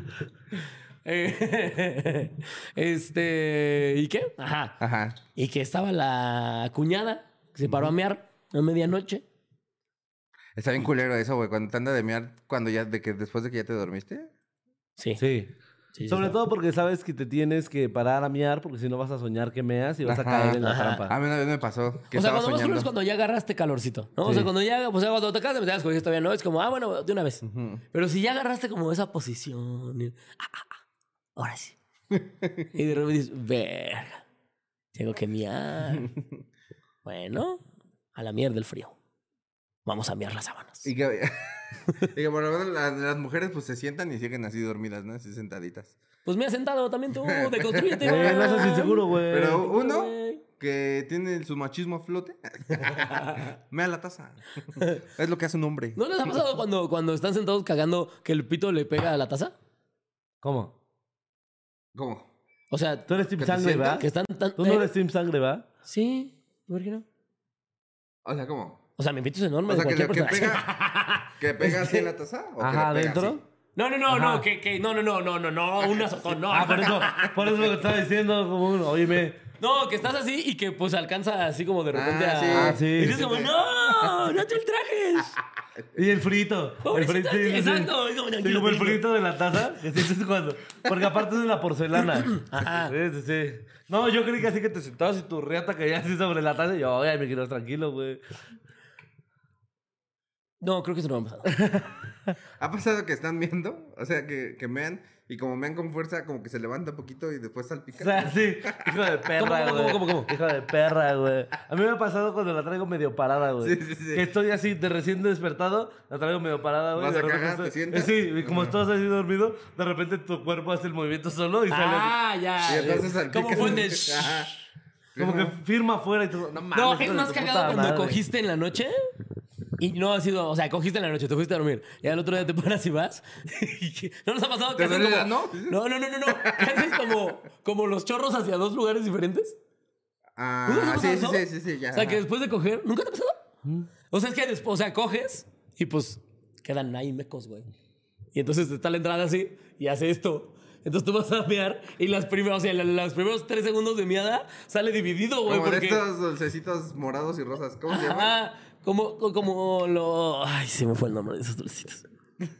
[SPEAKER 2] Eh, Este. ¿Y qué? Ajá.
[SPEAKER 1] Ajá.
[SPEAKER 2] Y que estaba la cuñada que se paró a mear a medianoche.
[SPEAKER 1] Está
[SPEAKER 2] Mm.
[SPEAKER 1] bien culero eso, güey. Cuando te anda de mear, cuando ya, de que después de que ya te dormiste.
[SPEAKER 2] Sí.
[SPEAKER 3] Sí.
[SPEAKER 2] sí, sí,
[SPEAKER 3] Sobre
[SPEAKER 2] sí.
[SPEAKER 3] todo porque sabes que te tienes que parar a miar porque si no vas a soñar que meas y vas a
[SPEAKER 1] Ajá,
[SPEAKER 3] caer en la
[SPEAKER 2] ajá.
[SPEAKER 3] trampa.
[SPEAKER 1] A mí una vez me pasó que
[SPEAKER 2] O sea,
[SPEAKER 1] estaba
[SPEAKER 2] cuando más culo
[SPEAKER 1] soñando.
[SPEAKER 2] es cuando ya agarraste calorcito, ¿no? O
[SPEAKER 3] Sí.
[SPEAKER 2] sea, cuando ya, o sea, cuando te acabas de meter las cobijas todavía no, es como, ah, bueno, de una vez. Pero si ya agarraste como esa posición, y- ah, ah, ah, ahora sí. y de repente dices, verga, tengo que miar. bueno, a la mierda el frío. Vamos a miar las sábanas.
[SPEAKER 1] Y que, y que por lo menos la- las mujeres pues se sientan y siguen así dormidas, ¿no? Así sentaditas.
[SPEAKER 2] Pues me ha sentado también tú, de construirte.
[SPEAKER 3] Güey, no seas inseguro, güey.
[SPEAKER 1] Pero uno que tiene su machismo a flote, mea la taza. es lo que hace un hombre.
[SPEAKER 2] ¿No les ha pasado cuando, cuando están sentados cagando que el pito le pega a la taza?
[SPEAKER 3] ¿Cómo?
[SPEAKER 1] ¿Cómo?
[SPEAKER 2] O sea,
[SPEAKER 3] Tú eres Team
[SPEAKER 1] ¿Que te
[SPEAKER 3] Sangre,
[SPEAKER 1] sientas?
[SPEAKER 3] ¿verdad?
[SPEAKER 2] que están tan...
[SPEAKER 3] Tú no
[SPEAKER 2] eh,
[SPEAKER 3] eres Team Sangre, ¿verdad?
[SPEAKER 2] Sí, ¿por qué no?
[SPEAKER 1] O sea, ¿cómo?
[SPEAKER 2] O sea, mi pito es enorme.
[SPEAKER 1] O sea,
[SPEAKER 2] de
[SPEAKER 1] que, le-
[SPEAKER 2] cualquier
[SPEAKER 1] que
[SPEAKER 2] persona. Este,
[SPEAKER 1] pega, que pega así en la taza. ¿o que
[SPEAKER 3] Ajá,
[SPEAKER 1] le pega así?
[SPEAKER 3] adentro.
[SPEAKER 2] No, no, no,
[SPEAKER 3] Ajá.
[SPEAKER 2] no, que, que, no, no, no, no, no, no, un azotón, no.
[SPEAKER 3] Ah, por eso, por eso lo estaba diciendo como uno. Óyeme.
[SPEAKER 2] No, que estás así y que pues alcanza así como de repente
[SPEAKER 1] Ah,
[SPEAKER 2] a.
[SPEAKER 1] sí.
[SPEAKER 3] Ah, sí.
[SPEAKER 2] Y dices como, no, no te ultrajes.
[SPEAKER 3] Y el frito. El
[SPEAKER 2] Pobrecito,
[SPEAKER 3] frito. sí, sí, sí.
[SPEAKER 2] exacto. Y como,
[SPEAKER 3] Sí,
[SPEAKER 2] "Tranquilo,
[SPEAKER 3] como el
[SPEAKER 2] tranquilo".
[SPEAKER 3] frito de la taza. Que sientes cuando. Porque aparte es de la porcelana.
[SPEAKER 2] Ajá.
[SPEAKER 3] Sí, sí, sí. No, yo creí que así que te sentabas y tu reata caía así sobre la taza. Y yo, oye, me quiero tranquilo, güey.
[SPEAKER 2] No, creo que eso no me ha pasado.
[SPEAKER 1] ¿Ha pasado que están viendo? O sea, que, que mean y como mean con fuerza, como que se levanta un poquito y después
[SPEAKER 3] O
[SPEAKER 1] salpica.
[SPEAKER 3] sea, sí. Hijo de perra,
[SPEAKER 2] ¿Cómo, cómo,
[SPEAKER 3] güey.
[SPEAKER 2] cómo, cómo,
[SPEAKER 3] Hijo de perra, güey. A mí me ha pasado cuando la traigo medio parada, güey.
[SPEAKER 1] Sí, sí, sí.
[SPEAKER 3] Que estoy así, de recién despertado, la traigo medio parada, güey.
[SPEAKER 1] ¿Vas
[SPEAKER 3] de
[SPEAKER 1] a
[SPEAKER 3] repente
[SPEAKER 1] cagar? ¿Te
[SPEAKER 3] estoy-
[SPEAKER 1] sientas?
[SPEAKER 3] Sí, y como estás así dormido, de repente tu cuerpo hace el movimiento solo y sale.
[SPEAKER 2] ah, ya.
[SPEAKER 1] y entonces salpica.
[SPEAKER 2] ¿Cómo fue en el-
[SPEAKER 1] Ajá.
[SPEAKER 3] Como que firma afuera y tú. No Ah. mames.
[SPEAKER 2] No,
[SPEAKER 3] hijo
[SPEAKER 2] es
[SPEAKER 3] de
[SPEAKER 2] más
[SPEAKER 3] tu
[SPEAKER 2] cagado
[SPEAKER 3] puta
[SPEAKER 2] cuando
[SPEAKER 3] madre.
[SPEAKER 2] cogiste en la noche y no ha sido, o sea, cogiste en la noche, te fuiste a dormir y al otro día te paras y vas. y que- no nos ha pasado
[SPEAKER 1] ¿Te
[SPEAKER 2] que haces
[SPEAKER 1] duele la
[SPEAKER 2] como- no, no, no, no, no. que haces como, como los chorros hacia dos lugares diferentes. ¿Nunca te
[SPEAKER 1] Ah,
[SPEAKER 2] ha
[SPEAKER 1] sí, sí,
[SPEAKER 2] pasado?
[SPEAKER 1] sí, sí, sí, ya. Mm.
[SPEAKER 2] O sea, que
[SPEAKER 1] ajá.
[SPEAKER 2] después de coger, ¿nunca te ha pasado? O sea, es que después, o sea, coges y pues quedan ahí mecos, güey. Y entonces está la entrada así y hace esto. Entonces tú vas a mear y las primeras, o sea, la- los primeros tres segundos de miada sale dividido, güey.
[SPEAKER 1] Como de
[SPEAKER 2] Porque...
[SPEAKER 1] estos dulcecitos morados y rosas. ¿Cómo se llaman?
[SPEAKER 2] Ajá, como, co- como lo. Ay, se me fue el nombre de esos dulcitos.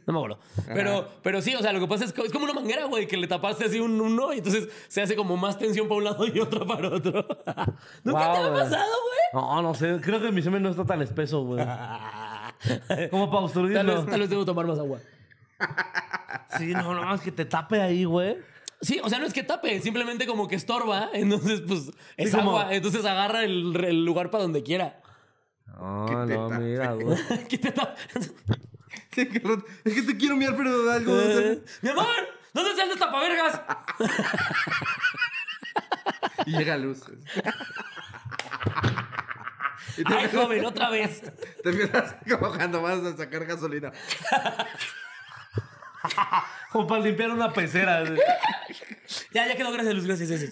[SPEAKER 2] No me acuerdo. Pero, pero sí, o sea, lo que pasa es que es como una manguera, güey, que le tapaste así un uno y entonces se hace como más tensión para un lado y otra para otro. ¿Nunca te
[SPEAKER 3] Guau,
[SPEAKER 2] ha
[SPEAKER 3] güey.
[SPEAKER 2] pasado,
[SPEAKER 3] No, no sé. Creo que mi semen no está tan espeso, güey.
[SPEAKER 2] güey?
[SPEAKER 3] Como para
[SPEAKER 2] Tal vez,
[SPEAKER 3] obstruirlo.
[SPEAKER 2] tal vez debo tomar más agua.
[SPEAKER 3] Sí, no, no, es que te tape ahí, güey.
[SPEAKER 2] Sí, o sea, no es que tape, simplemente como que estorba, entonces pues es
[SPEAKER 3] como-
[SPEAKER 2] agua, entonces agarra el, el lugar para donde quiera.
[SPEAKER 3] No,
[SPEAKER 1] te
[SPEAKER 3] no,
[SPEAKER 1] tape.
[SPEAKER 3] mira, güey.
[SPEAKER 2] ¿Qué te tapa?
[SPEAKER 1] Sí, Carlos, es que te quiero mirar, pero algo. no sé.
[SPEAKER 2] ¡Mi amor! ¿Dónde salen los tapavergas?
[SPEAKER 1] Y llega luz. y te,
[SPEAKER 2] ¡Ay, joven, otra vez!
[SPEAKER 1] te empiezas cojando más a sacar gasolina.
[SPEAKER 3] Como para limpiar una pecera. güey.
[SPEAKER 2] Ya, ya quedó, gracias, Luz, gracias, gracias.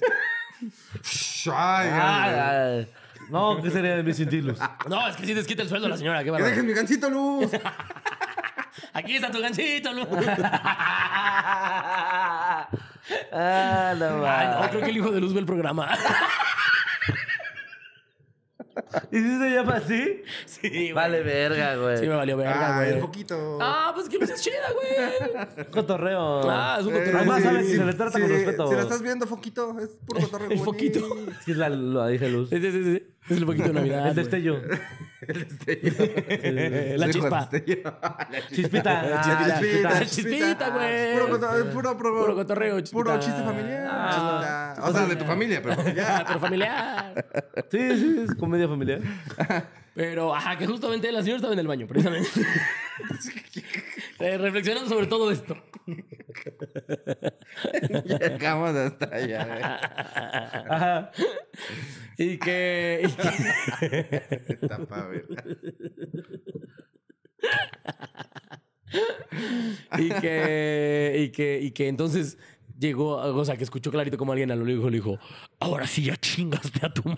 [SPEAKER 1] Ay, ay, ay.
[SPEAKER 3] Ay, ay. Ah, No, ¿qué sería de mis sin ti, Luz?
[SPEAKER 2] No, es que sí desquita el sueldo la señora, qué
[SPEAKER 1] Que
[SPEAKER 2] bárbaro.
[SPEAKER 1] dejes mi gancito, luz.
[SPEAKER 2] Aquí está tu ganchito, Luz.
[SPEAKER 3] Ah, no,
[SPEAKER 2] Ay,
[SPEAKER 3] va.
[SPEAKER 2] no, creo que el hijo de Luz ve el programa.
[SPEAKER 3] ¿Y si se llama así?
[SPEAKER 2] Sí, güey.
[SPEAKER 3] Vale, verga, güey.
[SPEAKER 2] Sí, me valió
[SPEAKER 1] Ah,
[SPEAKER 2] verga, güey.
[SPEAKER 1] el poquito.
[SPEAKER 2] Ah, pues que me seas chida, güey.
[SPEAKER 3] Cotorreo.
[SPEAKER 2] Ah, es un
[SPEAKER 1] Eh,
[SPEAKER 2] cotorreo.
[SPEAKER 3] Además,
[SPEAKER 1] sí,
[SPEAKER 3] saben que
[SPEAKER 1] sí,
[SPEAKER 3] se le trata
[SPEAKER 1] sí,
[SPEAKER 3] con respeto.
[SPEAKER 1] Si lo estás viendo, Foquito, es puro cotorreo.
[SPEAKER 2] El
[SPEAKER 1] güey.
[SPEAKER 2] Foquito.
[SPEAKER 3] Es que es la, la dije luz.
[SPEAKER 2] Sí, sí, sí, sí. Es el poquito de Navidad.
[SPEAKER 3] El
[SPEAKER 2] güey.
[SPEAKER 3] destello.
[SPEAKER 1] El Este,
[SPEAKER 3] este-
[SPEAKER 1] destello.
[SPEAKER 2] La
[SPEAKER 1] Sí, hijo,
[SPEAKER 2] chispa.
[SPEAKER 1] el destello. La
[SPEAKER 3] Chispita. Ah,
[SPEAKER 2] Chispita.
[SPEAKER 3] chispita.
[SPEAKER 2] La chispita, güey.
[SPEAKER 1] Puro, cotorreo, puro, pro-
[SPEAKER 2] Puro cotorreo, chispita.
[SPEAKER 1] Puro chiste familiar.
[SPEAKER 2] Ah,
[SPEAKER 1] chispita. O sea, de tu familia, pero
[SPEAKER 2] Ah,
[SPEAKER 1] familiar.
[SPEAKER 2] Pero familiar.
[SPEAKER 3] Sí, sí, es comedia familiar.
[SPEAKER 2] Pero, ajá, que justamente la señora estaba en el baño, precisamente. Eh, reflexionando sobre todo esto.
[SPEAKER 1] Llegamos hasta allá.
[SPEAKER 3] Ajá.
[SPEAKER 2] Y que. y que-
[SPEAKER 1] güey. Está pa' ver.
[SPEAKER 2] Y que, y que, y que entonces llegó, o sea, que escuchó clarito como alguien a lo lejos le dijo, ahora sí ya chingaste a tu madre.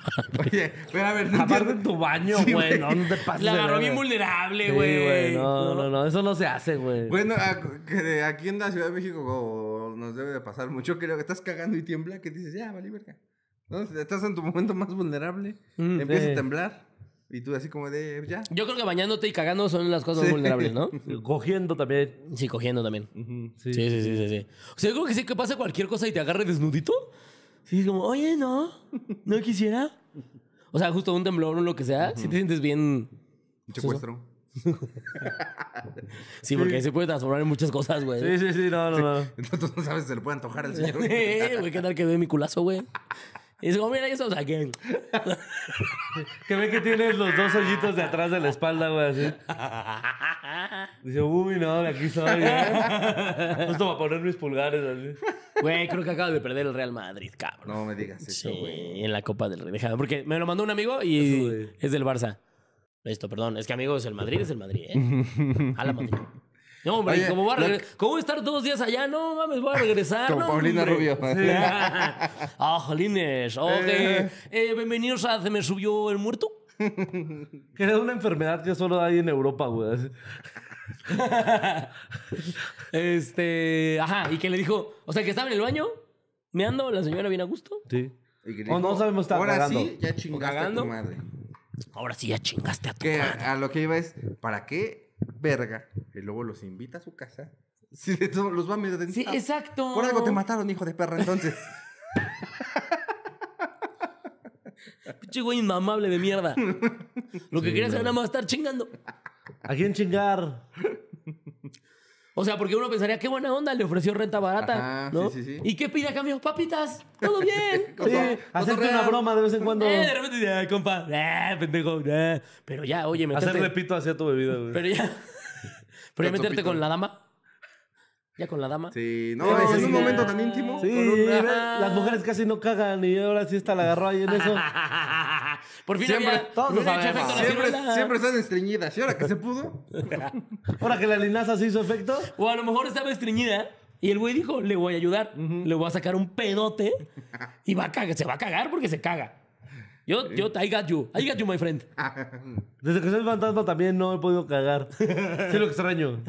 [SPEAKER 1] Oye, pero a ver, no
[SPEAKER 3] Aparte
[SPEAKER 1] entiendo.
[SPEAKER 3] en tu baño,
[SPEAKER 1] Sí,
[SPEAKER 3] güey.
[SPEAKER 1] güey.
[SPEAKER 3] No, no te pases.
[SPEAKER 2] La
[SPEAKER 3] de
[SPEAKER 2] agarró
[SPEAKER 3] verga.
[SPEAKER 2] bien vulnerable,
[SPEAKER 3] Sí,
[SPEAKER 2] güey.
[SPEAKER 3] güey. No, no, no. Eso no se hace, güey.
[SPEAKER 1] Bueno, a- que aquí en la Ciudad de México como nos debe de pasar mucho. Creo que estás cagando y tiembla, que dices, ya, vale, verga. Entonces, estás en tu momento más vulnerable,
[SPEAKER 2] Mm,
[SPEAKER 1] empieza
[SPEAKER 3] sí.
[SPEAKER 1] a temblar y tú así como de, ya.
[SPEAKER 2] Yo creo que bañándote y cagando son las cosas
[SPEAKER 1] Sí.
[SPEAKER 2] más vulnerables, ¿no?
[SPEAKER 3] Cogiendo también.
[SPEAKER 2] Sí, cogiendo también.
[SPEAKER 3] Sí.
[SPEAKER 2] Sí, sí, sí, sí, sí. O sea, yo creo que sí que pasa cualquier cosa y te agarre desnudito. Sí, es como, oye, no, no quisiera. O sea, justo un temblor o lo que sea, si te sientes bien.
[SPEAKER 1] Un secuestro.
[SPEAKER 2] Sí, porque se puede transformar en muchas cosas, güey.
[SPEAKER 3] Sí, sí, sí. No, no, no.
[SPEAKER 1] Entonces no sabes si se le puede antojar al señor.
[SPEAKER 2] Eh, güey, ¿qué tal que ve mi culazo, güey? Y dice, como, mira, ya estamos aquí.
[SPEAKER 3] Que ve que tienes los dos hoyitos de atrás de la espalda, güey, así. Dice, uy, no, de aquí soy, güey. Justo para poner mis pulgares, así.
[SPEAKER 2] Güey, creo que acabo de perder el Real Madrid, cabrón.
[SPEAKER 1] No me digas Este, eso,
[SPEAKER 2] Sí,
[SPEAKER 1] güey.
[SPEAKER 2] en la Copa del Rey. Déjame, porque me lo mandó un amigo y
[SPEAKER 3] Eso, güey.
[SPEAKER 2] es del Barça. Listo, perdón. Es que amigo es el Madrid, es el Madrid, ¿eh? A la Madrid. No, hombre,
[SPEAKER 1] Oye,
[SPEAKER 2] ¿cómo, voy a
[SPEAKER 1] lo
[SPEAKER 2] regre- cómo voy a estar dos días allá? No mames, voy a regresar.
[SPEAKER 1] Con
[SPEAKER 2] no,
[SPEAKER 1] Paulina
[SPEAKER 2] hombre.
[SPEAKER 1] Rubio.
[SPEAKER 2] Sí. Ah, jolines. Oh, que, eh, bienvenidos a Se me subió el muerto.
[SPEAKER 3] Que es una enfermedad que solo hay en Europa, güey. así.
[SPEAKER 2] Este. Ajá, y que le dijo. O sea, que estaba en el baño, me ando, la señora bien a gusto.
[SPEAKER 3] Sí.
[SPEAKER 1] Y que
[SPEAKER 3] O no
[SPEAKER 1] dijo,
[SPEAKER 3] sabemos estar
[SPEAKER 1] Ahora
[SPEAKER 3] cagando.
[SPEAKER 1] sí, ya chingaste a
[SPEAKER 2] cagando.
[SPEAKER 1] tu madre.
[SPEAKER 2] Ahora sí ya chingaste a tu
[SPEAKER 1] Que
[SPEAKER 2] madre.
[SPEAKER 1] a, a lo que iba es, ¿para qué verga? El lobo los invita a su casa. Si de todo los va a medio
[SPEAKER 2] Sí, exacto.
[SPEAKER 1] Por algo te mataron, hijo de perra, entonces.
[SPEAKER 2] Pinche güey inmamable de mierda. Lo que querías era nada más estar chingando.
[SPEAKER 3] ¿A quién chingar?
[SPEAKER 2] O sea, porque uno pensaría, qué buena onda, le ofreció renta barata.
[SPEAKER 1] Ajá,
[SPEAKER 2] ¿no?
[SPEAKER 1] sí, sí, sí.
[SPEAKER 2] ¿Y qué pide a cambio? Papitas, todo bien.
[SPEAKER 1] Con
[SPEAKER 3] Sí,
[SPEAKER 1] Cotorrear.
[SPEAKER 3] hacerte una broma de vez en cuando.
[SPEAKER 2] Eh, de repente, dice, "Ay, compa, eh, pendejo, eh". Pero ya, oye, meterte.
[SPEAKER 3] Hacer repito hacia tu bebida, güey.
[SPEAKER 2] Pero ya. Pero
[SPEAKER 1] Con
[SPEAKER 2] ya meterte
[SPEAKER 1] topito.
[SPEAKER 2] con la dama. Ya con la dama.
[SPEAKER 1] Sí, no,
[SPEAKER 3] No,
[SPEAKER 1] es
[SPEAKER 3] sí,
[SPEAKER 1] en un
[SPEAKER 3] no.
[SPEAKER 1] momento tan íntimo.
[SPEAKER 3] Sí,
[SPEAKER 1] con una-
[SPEAKER 3] ve, las mujeres casi no cagan y ahora sí está la agarró ahí en eso.
[SPEAKER 2] Por fin
[SPEAKER 1] Siempre-
[SPEAKER 2] había,
[SPEAKER 3] todos
[SPEAKER 2] hubiera hecho
[SPEAKER 3] sabemos.
[SPEAKER 2] efecto la
[SPEAKER 1] Siempre,
[SPEAKER 2] ciruela.
[SPEAKER 1] siempre están estreñidas. Y ahora que se pudo,
[SPEAKER 3] Ahora que la linaza se hizo efecto.
[SPEAKER 2] O a lo mejor estaba estreñida y el güey dijo, le voy a ayudar, le voy a sacar un pedote y va a cagar, se va a cagar porque se caga. Yo, yo, I got you, I got you, my friend.
[SPEAKER 3] Ah, Desde que soy fantasma también no he podido cagar. Sí lo extraño.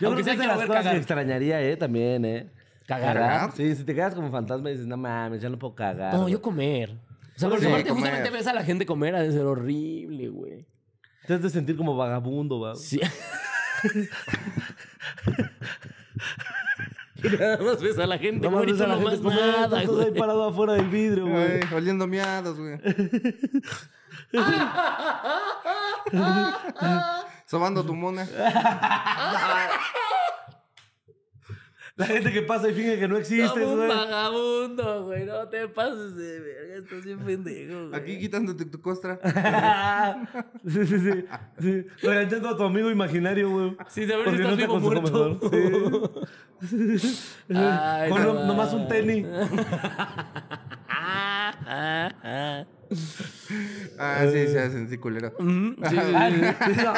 [SPEAKER 3] Yo creo que
[SPEAKER 2] sea,
[SPEAKER 3] es de
[SPEAKER 2] quiero
[SPEAKER 3] las
[SPEAKER 2] ver
[SPEAKER 3] cosas
[SPEAKER 2] cagar.
[SPEAKER 3] que extrañaría, eh, también, eh.
[SPEAKER 2] Cagar.
[SPEAKER 3] Sí, si te quedas como fantasma y dices, no mames, ya no puedo cagar.
[SPEAKER 2] No, yo comer. O sea, porque
[SPEAKER 1] Sí,
[SPEAKER 2] aparte
[SPEAKER 1] comer.
[SPEAKER 2] justamente ves a la gente comer, ha de ser horrible, güey.
[SPEAKER 3] Te has de sentir como vagabundo, va.
[SPEAKER 2] Sí. Y nada más ves a la gente
[SPEAKER 3] No
[SPEAKER 2] comer y
[SPEAKER 3] mames,
[SPEAKER 2] tú
[SPEAKER 3] a la
[SPEAKER 2] no más
[SPEAKER 3] gente comer,
[SPEAKER 2] nada,
[SPEAKER 3] estás ahí
[SPEAKER 2] güey.
[SPEAKER 3] parado afuera del vidrio, güey.
[SPEAKER 1] güey, oliendo miados, güey. Sobando tu mona.
[SPEAKER 3] La gente que pasa y finge que no existes,
[SPEAKER 2] Como un
[SPEAKER 3] güey.
[SPEAKER 2] vagabundo, güey. No te pases de verga, estás bien pendejo, güey.
[SPEAKER 1] Aquí quitándote tu costra.
[SPEAKER 3] sí, sí, sí, sí. Regañando a tu amigo imaginario, güey.
[SPEAKER 2] Sin saber si
[SPEAKER 3] Porque
[SPEAKER 2] estás
[SPEAKER 3] te
[SPEAKER 2] vivo o muerto.
[SPEAKER 3] consumo mejor. Sí.
[SPEAKER 2] Ay,
[SPEAKER 3] Con
[SPEAKER 2] no
[SPEAKER 3] lo- nomás un
[SPEAKER 2] mames.
[SPEAKER 3] tenis.
[SPEAKER 2] Ah, ah, ah.
[SPEAKER 1] Ah, sí, se hacen, sí, culero.
[SPEAKER 2] Mm, sí, sí,
[SPEAKER 3] Ah,
[SPEAKER 2] sí.
[SPEAKER 3] sí,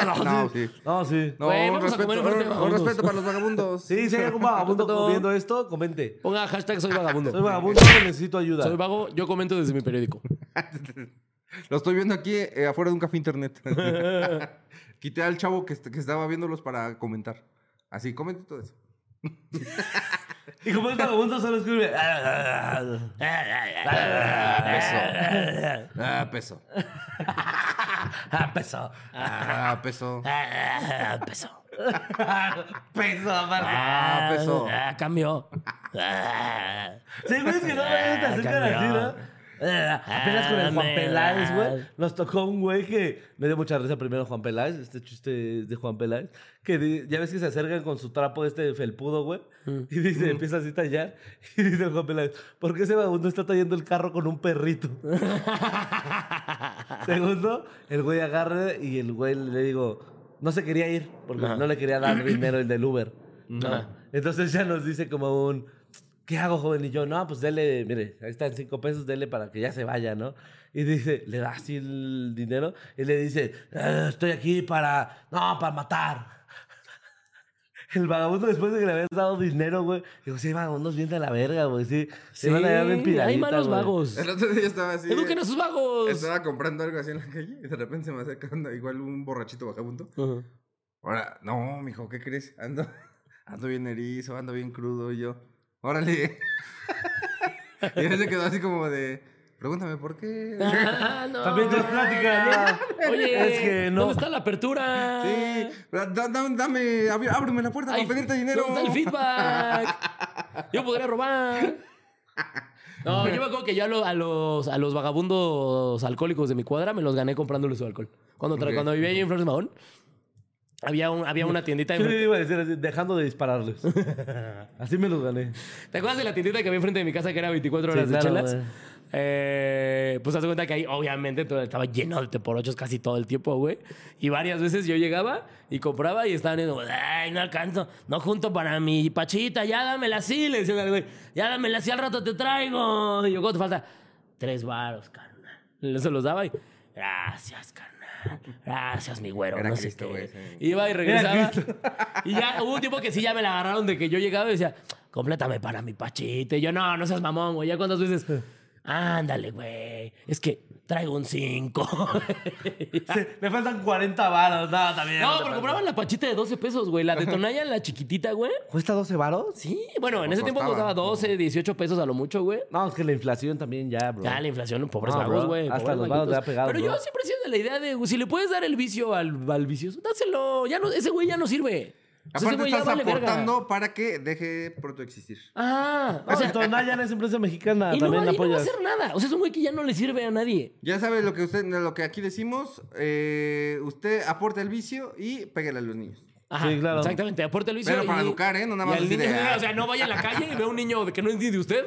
[SPEAKER 3] no, sí.
[SPEAKER 1] No, sí.
[SPEAKER 3] No, sí.
[SPEAKER 1] No,
[SPEAKER 2] Güey,
[SPEAKER 1] un
[SPEAKER 2] vamos a
[SPEAKER 1] respeto,
[SPEAKER 2] comer
[SPEAKER 1] un-
[SPEAKER 2] enfrente de
[SPEAKER 1] un
[SPEAKER 2] vagabundos.
[SPEAKER 1] respeto para los vagabundos.
[SPEAKER 3] Sí, si hay algún vagabundo
[SPEAKER 2] Todo.
[SPEAKER 3] viendo esto, comente.
[SPEAKER 2] Ponga hashtag soy vagabundo.
[SPEAKER 3] Soy vagabundo, necesito ayuda.
[SPEAKER 2] Soy vago, yo comento desde mi periódico.
[SPEAKER 1] Lo estoy viendo aquí eh, afuera de un café internet. Quité al chavo que, est- que estaba viéndolos para comentar. Así, comente todo eso.
[SPEAKER 3] y como es vagabundo, solo escribe.
[SPEAKER 1] Ah, peso. Ah, peso.
[SPEAKER 3] Ah, peso.
[SPEAKER 1] Ah, peso.
[SPEAKER 2] Ah, peso.
[SPEAKER 3] peso, aparte.
[SPEAKER 1] Ah, peso.
[SPEAKER 2] Ah, cambió. Ah,
[SPEAKER 3] Sí, güey, es que no güey, te
[SPEAKER 2] Ah,
[SPEAKER 3] acercan así, ¿no?
[SPEAKER 2] cambió.
[SPEAKER 3] Eh, Apenas con el
[SPEAKER 2] Ah,
[SPEAKER 3] Juan
[SPEAKER 2] me
[SPEAKER 3] Peláez, güey.
[SPEAKER 2] da.
[SPEAKER 3] Nos tocó un güey que me dio mucha risa primero Juan Peláez. Este chiste es de Juan Peláez. Que di- ya ves que se acercan con su trapo este felpudo, güey.
[SPEAKER 2] Mm.
[SPEAKER 3] Y dice, empieza así a tallar. Y dice el Juan Peláez, ¿por qué ese vagabundo está tallando el carro con un perrito? Segundo, el güey agarra y el güey le digo, no se quería ir porque no le quería dar dinero el del Uber. ¿no? Entonces ya nos dice como un, ¿qué hago, joven? Y yo, no, pues dele, mire, ahí están cinco pesos, dele para que ya se vaya, ¿no? Y dice, le da así el dinero y le dice, "Ah, estoy aquí para, no, para matar. El vagabundo después de que le habías dado dinero, güey, digo, sí, hay vagabundos bien de la verga, güey, sí. Se van a llevar bien
[SPEAKER 2] hay
[SPEAKER 3] piraditas,
[SPEAKER 2] malos
[SPEAKER 3] güey.
[SPEAKER 2] vagos.
[SPEAKER 1] El otro día yo estaba así.
[SPEAKER 2] Eduquen a sus vagos.
[SPEAKER 1] Estaba comprando algo así en la calle y de repente se me acerca anda igual un borrachito vagabundo.
[SPEAKER 2] Ujú.
[SPEAKER 1] Ahora, no, mijo, ¿qué crees? Ando, ando bien erizo, ando bien crudo y yo. Órale. y él se quedó así como de. Pregúntame por qué.
[SPEAKER 2] Ah, no.
[SPEAKER 3] También dos pláticas, ¿no?
[SPEAKER 2] Oye,
[SPEAKER 3] Ah, es que no.
[SPEAKER 2] ¿dónde está la apertura?
[SPEAKER 1] sí, da- da- dame, abri- ábreme la puerta
[SPEAKER 2] Ay,
[SPEAKER 1] para pedirte dinero.
[SPEAKER 2] ¿Dónde está el feedback? Yo podría robar. No, yo me acuerdo que yo a, lo- a los, a los vagabundos alcohólicos de mi cuadra me los gané comprándoles su alcohol. Cuando, tra-
[SPEAKER 1] Ok.
[SPEAKER 2] cuando vivía ahí en Flores Mahón, había, un- había una tiendita.
[SPEAKER 3] Yo le
[SPEAKER 2] enfrente-
[SPEAKER 3] iba a decir así, dejando de dispararles. Así me los gané.
[SPEAKER 2] ¿Te acuerdas de la tiendita que había enfrente de mi casa que era 24
[SPEAKER 3] Sí,
[SPEAKER 2] horas de
[SPEAKER 3] claro,
[SPEAKER 2] chelas?
[SPEAKER 3] güey.
[SPEAKER 2] Eh, pues haz de cuenta que ahí, obviamente, todo- estaba lleno de teporochos casi todo el tiempo, güey. Y varias veces yo llegaba y compraba y estaban diciendo, ay, no alcanzo, no junto para mi pachita, ya dámela así, le decían al güey, ya dámela así, al rato te traigo. Y yo, ¿cuánto te falta? Tres varos, carnal. Se los daba y, gracias, carnal. Gracias, mi güero.
[SPEAKER 1] Era
[SPEAKER 2] no sé
[SPEAKER 1] Cristo,
[SPEAKER 2] qué".
[SPEAKER 1] güey, sí.
[SPEAKER 2] Iba y regresaba.
[SPEAKER 3] Cristo.
[SPEAKER 2] Y ya hubo un tiempo que sí ya me la agarraron de que yo llegaba y decía, complétame para mi pachita. Y yo, no, no seas mamón, güey. Ya cuántas veces, ándale, güey. Es que traigo un 5.
[SPEAKER 3] Sí, me faltan 40 balas. No, también.
[SPEAKER 2] no,
[SPEAKER 3] te
[SPEAKER 2] pero
[SPEAKER 3] pases.
[SPEAKER 2] compraban la pachita de 12 pesos, güey. La de Tonaya, la chiquitita, güey.
[SPEAKER 3] ¿Cuesta 12 varos?
[SPEAKER 2] Sí, bueno, en ese tiempo
[SPEAKER 1] costaba.
[SPEAKER 2] costaba 12, 18 pesos a lo mucho, güey.
[SPEAKER 3] No, es que la inflación también ya, bro.
[SPEAKER 2] Ya, la inflación, pobres
[SPEAKER 3] No,
[SPEAKER 2] vagos,
[SPEAKER 3] bro.
[SPEAKER 2] güey.
[SPEAKER 3] Hasta
[SPEAKER 2] pobres
[SPEAKER 3] los vagos
[SPEAKER 2] vaguitos.
[SPEAKER 3] le ha pegado,
[SPEAKER 2] Pero yo
[SPEAKER 3] bro.
[SPEAKER 2] siempre he sido de la idea de, si le puedes dar el vicio al, al vicioso, dáselo. Ya no, ese güey ya no sirve. O sea, ese
[SPEAKER 1] Aparte
[SPEAKER 2] güey ya
[SPEAKER 1] estás
[SPEAKER 2] vale verga.
[SPEAKER 1] aportando para que deje pronto existir.
[SPEAKER 2] Ajá.
[SPEAKER 3] No, o sea, Tonaya es empresa mexicana.
[SPEAKER 2] Y no,
[SPEAKER 3] también
[SPEAKER 2] va,
[SPEAKER 3] la
[SPEAKER 2] y no va a
[SPEAKER 3] apoyas.
[SPEAKER 2] hacer nada. O sea, es un güey que ya no le sirve a nadie.
[SPEAKER 1] Ya sabe lo que usted, lo que aquí decimos, eh, usted aporta el vicio y pégale a los niños.
[SPEAKER 2] Ajá,
[SPEAKER 3] Sí, claro.
[SPEAKER 2] Exactamente, aporte el vicio.
[SPEAKER 1] Pero para
[SPEAKER 2] y-
[SPEAKER 1] educar, ¿eh? No nada
[SPEAKER 2] y
[SPEAKER 1] más
[SPEAKER 2] al
[SPEAKER 1] así
[SPEAKER 2] niño-
[SPEAKER 1] de, ah.
[SPEAKER 2] O sea, no vaya a la calle y vea un niño que no entiende usted.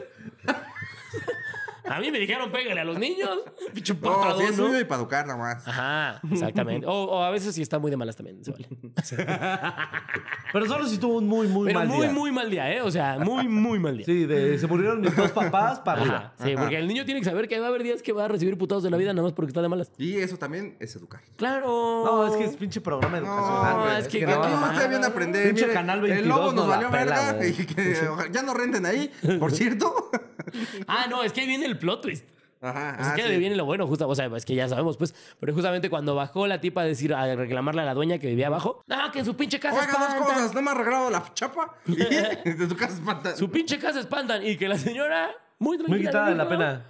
[SPEAKER 2] A mí me dijeron, pégale a los niños. Pinche
[SPEAKER 1] No, sí,
[SPEAKER 2] patadón,
[SPEAKER 1] es
[SPEAKER 2] ¿no?
[SPEAKER 1] suyo y para educar nada más.
[SPEAKER 2] Ajá, exactamente. O, o a veces si está muy de malas también, se vale.
[SPEAKER 3] Pero solo si tuvo un muy, muy
[SPEAKER 2] Pero
[SPEAKER 3] mal
[SPEAKER 2] muy,
[SPEAKER 3] día.
[SPEAKER 2] muy mal día, ¿eh? O sea, muy, muy mal día.
[SPEAKER 3] Sí, de, se murieron mis dos papás para
[SPEAKER 2] Ajá,
[SPEAKER 3] arriba.
[SPEAKER 2] sí, porque el niño tiene que saber que va a haber días que va a recibir putados de la vida nada más porque está de malas.
[SPEAKER 1] Y eso también es educar.
[SPEAKER 2] Claro.
[SPEAKER 3] No, es que es pinche programa educacional.
[SPEAKER 1] No,
[SPEAKER 3] Ah, güey.
[SPEAKER 1] Ah, es que,
[SPEAKER 2] que
[SPEAKER 1] aquí
[SPEAKER 2] no vale
[SPEAKER 1] usted
[SPEAKER 2] madre.
[SPEAKER 1] viene a aprender.
[SPEAKER 3] Pinche
[SPEAKER 1] mire,
[SPEAKER 3] Canal
[SPEAKER 1] el
[SPEAKER 3] 22
[SPEAKER 1] lobo nos
[SPEAKER 3] no la
[SPEAKER 1] valió
[SPEAKER 3] pela,
[SPEAKER 1] verga.
[SPEAKER 3] güey.
[SPEAKER 1] Y que, ojalá- ya no renten ahí, por cierto.
[SPEAKER 2] Ah, no, es que ahí viene el plot twist.
[SPEAKER 1] Ajá.
[SPEAKER 2] Pues
[SPEAKER 1] ah,
[SPEAKER 2] es que
[SPEAKER 1] sí.
[SPEAKER 2] viene lo bueno, justo, o sea, es que ya sabemos, pues. Pero justamente cuando bajó la tipa a decir, a reclamarle a la dueña que vivía abajo, no, que en su pinche casa
[SPEAKER 1] Oiga, dos
[SPEAKER 2] espantan.
[SPEAKER 1] cosas. No me ha regalado la chapa. Y de tu casa espanta.
[SPEAKER 2] Su pinche casa espantan. Y que la señora, muy tranquila.
[SPEAKER 3] Muy quitada de
[SPEAKER 2] dijo,
[SPEAKER 3] la pena.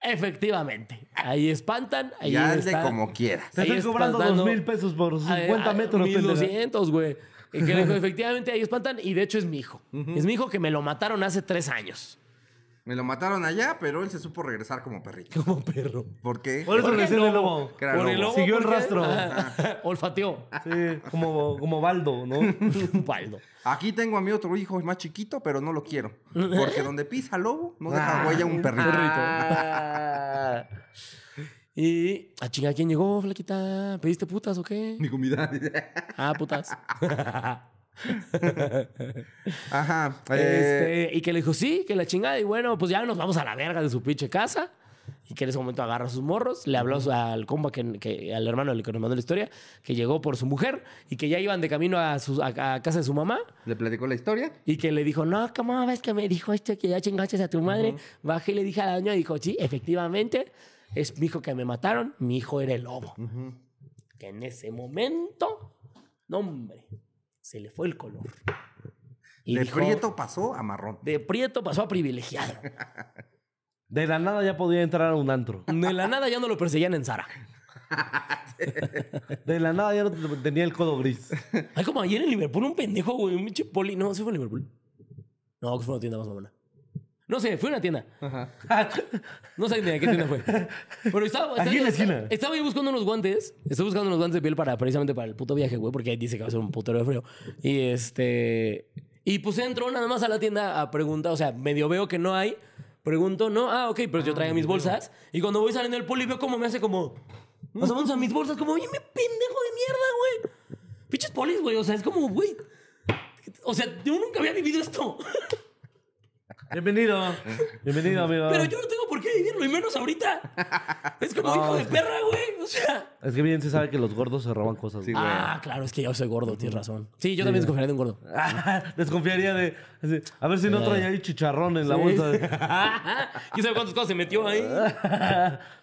[SPEAKER 2] Efectivamente. Ahí espantan. Ahí
[SPEAKER 1] Ya es de
[SPEAKER 2] está-
[SPEAKER 1] como quieras.
[SPEAKER 3] Te
[SPEAKER 2] ahí
[SPEAKER 3] estoy
[SPEAKER 2] estás
[SPEAKER 3] cobrando
[SPEAKER 2] dando-
[SPEAKER 3] dos mil pesos por
[SPEAKER 2] Ah,
[SPEAKER 3] 50
[SPEAKER 2] ah,
[SPEAKER 3] metros. pendeja.
[SPEAKER 2] 1200, güey. Y que le dijo, efectivamente, ahí espantan. Y de hecho es mi hijo. Es mi hijo que me lo mataron hace tres años.
[SPEAKER 1] Me lo mataron allá, pero él se supo regresar como perrito.
[SPEAKER 2] Como perro.
[SPEAKER 1] ¿Por qué?
[SPEAKER 3] Por eso
[SPEAKER 2] Porque
[SPEAKER 3] le decían el
[SPEAKER 2] lobo.
[SPEAKER 3] lobo.
[SPEAKER 1] Que era
[SPEAKER 2] Por el
[SPEAKER 1] lobo.
[SPEAKER 2] lobo,
[SPEAKER 3] Siguió el
[SPEAKER 2] porque-
[SPEAKER 3] rastro.
[SPEAKER 1] Ah.
[SPEAKER 2] Ajá. Olfateó.
[SPEAKER 3] Sí, como, como Baldo, ¿no?
[SPEAKER 2] Baldo.
[SPEAKER 1] Aquí tengo a mi otro hijo más chiquito, pero no lo quiero. Porque donde pisa lobo, no deja
[SPEAKER 3] Ah,
[SPEAKER 1] huella un perrito.
[SPEAKER 2] Ah. Y a chinga, ¿quién llegó, flaquita? ¿Pediste putas o qué?
[SPEAKER 1] Mi comida.
[SPEAKER 2] Ah, putas.
[SPEAKER 1] Ajá. eh,
[SPEAKER 2] Este, y que le dijo, sí, que la chingada. Y bueno, pues ya nos vamos a la verga de su pinche casa. Y que en ese momento agarra sus morros. Le habló al compa, que, que- al hermano del que nos mandó la historia, que llegó por su mujer y que ya iban de camino a, su, a- a casa de su mamá.
[SPEAKER 1] Le platicó la historia.
[SPEAKER 2] Y que le dijo, no, ¿cómo ves que me dijo esto que ya chingaste a tu madre? Bajé y le dije al año y dijo, sí, efectivamente, es mi hijo que me mataron, mi hijo era el lobo. Que en ese momento, no, hombre, se le fue el color. Y
[SPEAKER 1] de
[SPEAKER 2] dijo,
[SPEAKER 1] prieto pasó a marrón.
[SPEAKER 2] De prieto pasó a privilegiado.
[SPEAKER 3] De la nada ya podía entrar a un antro.
[SPEAKER 2] De la nada ya no lo perseguían en Sara.
[SPEAKER 3] De la nada ya no te- tenía el codo gris.
[SPEAKER 2] Ay, como ayer en Liverpool, un pendejo, güey, un pinche poli. No, se fue a Liverpool. No, que fue una tienda más mamona. No sé, fue una tienda. No sé ni a qué tienda fue. Pero estaba, estaba,
[SPEAKER 3] Aquí en la
[SPEAKER 2] estaba-
[SPEAKER 3] esquina.
[SPEAKER 2] estaba yo buscando unos guantes. Estaba buscando unos guantes de piel para precisamente para el puto viaje, güey, porque ahí dice que va a ser un putero de frío. Y este. Y pues entro nada más a la tienda a preguntar. O sea, medio veo que no hay. Pregunto, no, ah, ok, pero yo traía mis bolsas. Y cuando voy saliendo del poli veo como me hace como.
[SPEAKER 3] Mm.
[SPEAKER 2] Nos vamos a mis bolsas, como, oye, me pendejo de mierda, güey. Pinches polis, güey. O sea, es como, güey. O sea, yo nunca había vivido esto.
[SPEAKER 3] Bienvenido. Bienvenido, amigo.
[SPEAKER 2] Pero yo no tengo por qué vivirlo, y menos ahorita. Es como hijo de perra, güey. O sea.
[SPEAKER 3] Es que bien se sabe que los gordos se roban cosas.
[SPEAKER 1] Sí,
[SPEAKER 3] güey.
[SPEAKER 2] Ah, claro, es que yo soy gordo, tienes razón. Sí, yo también desconfiaría de un gordo.
[SPEAKER 3] Ah, Desconfiaría de. así, A ver si no trae ahí chicharrón en la
[SPEAKER 2] Sí.
[SPEAKER 3] bolsa.
[SPEAKER 2] ¿Quién sabe cuántas cosas se metió ahí?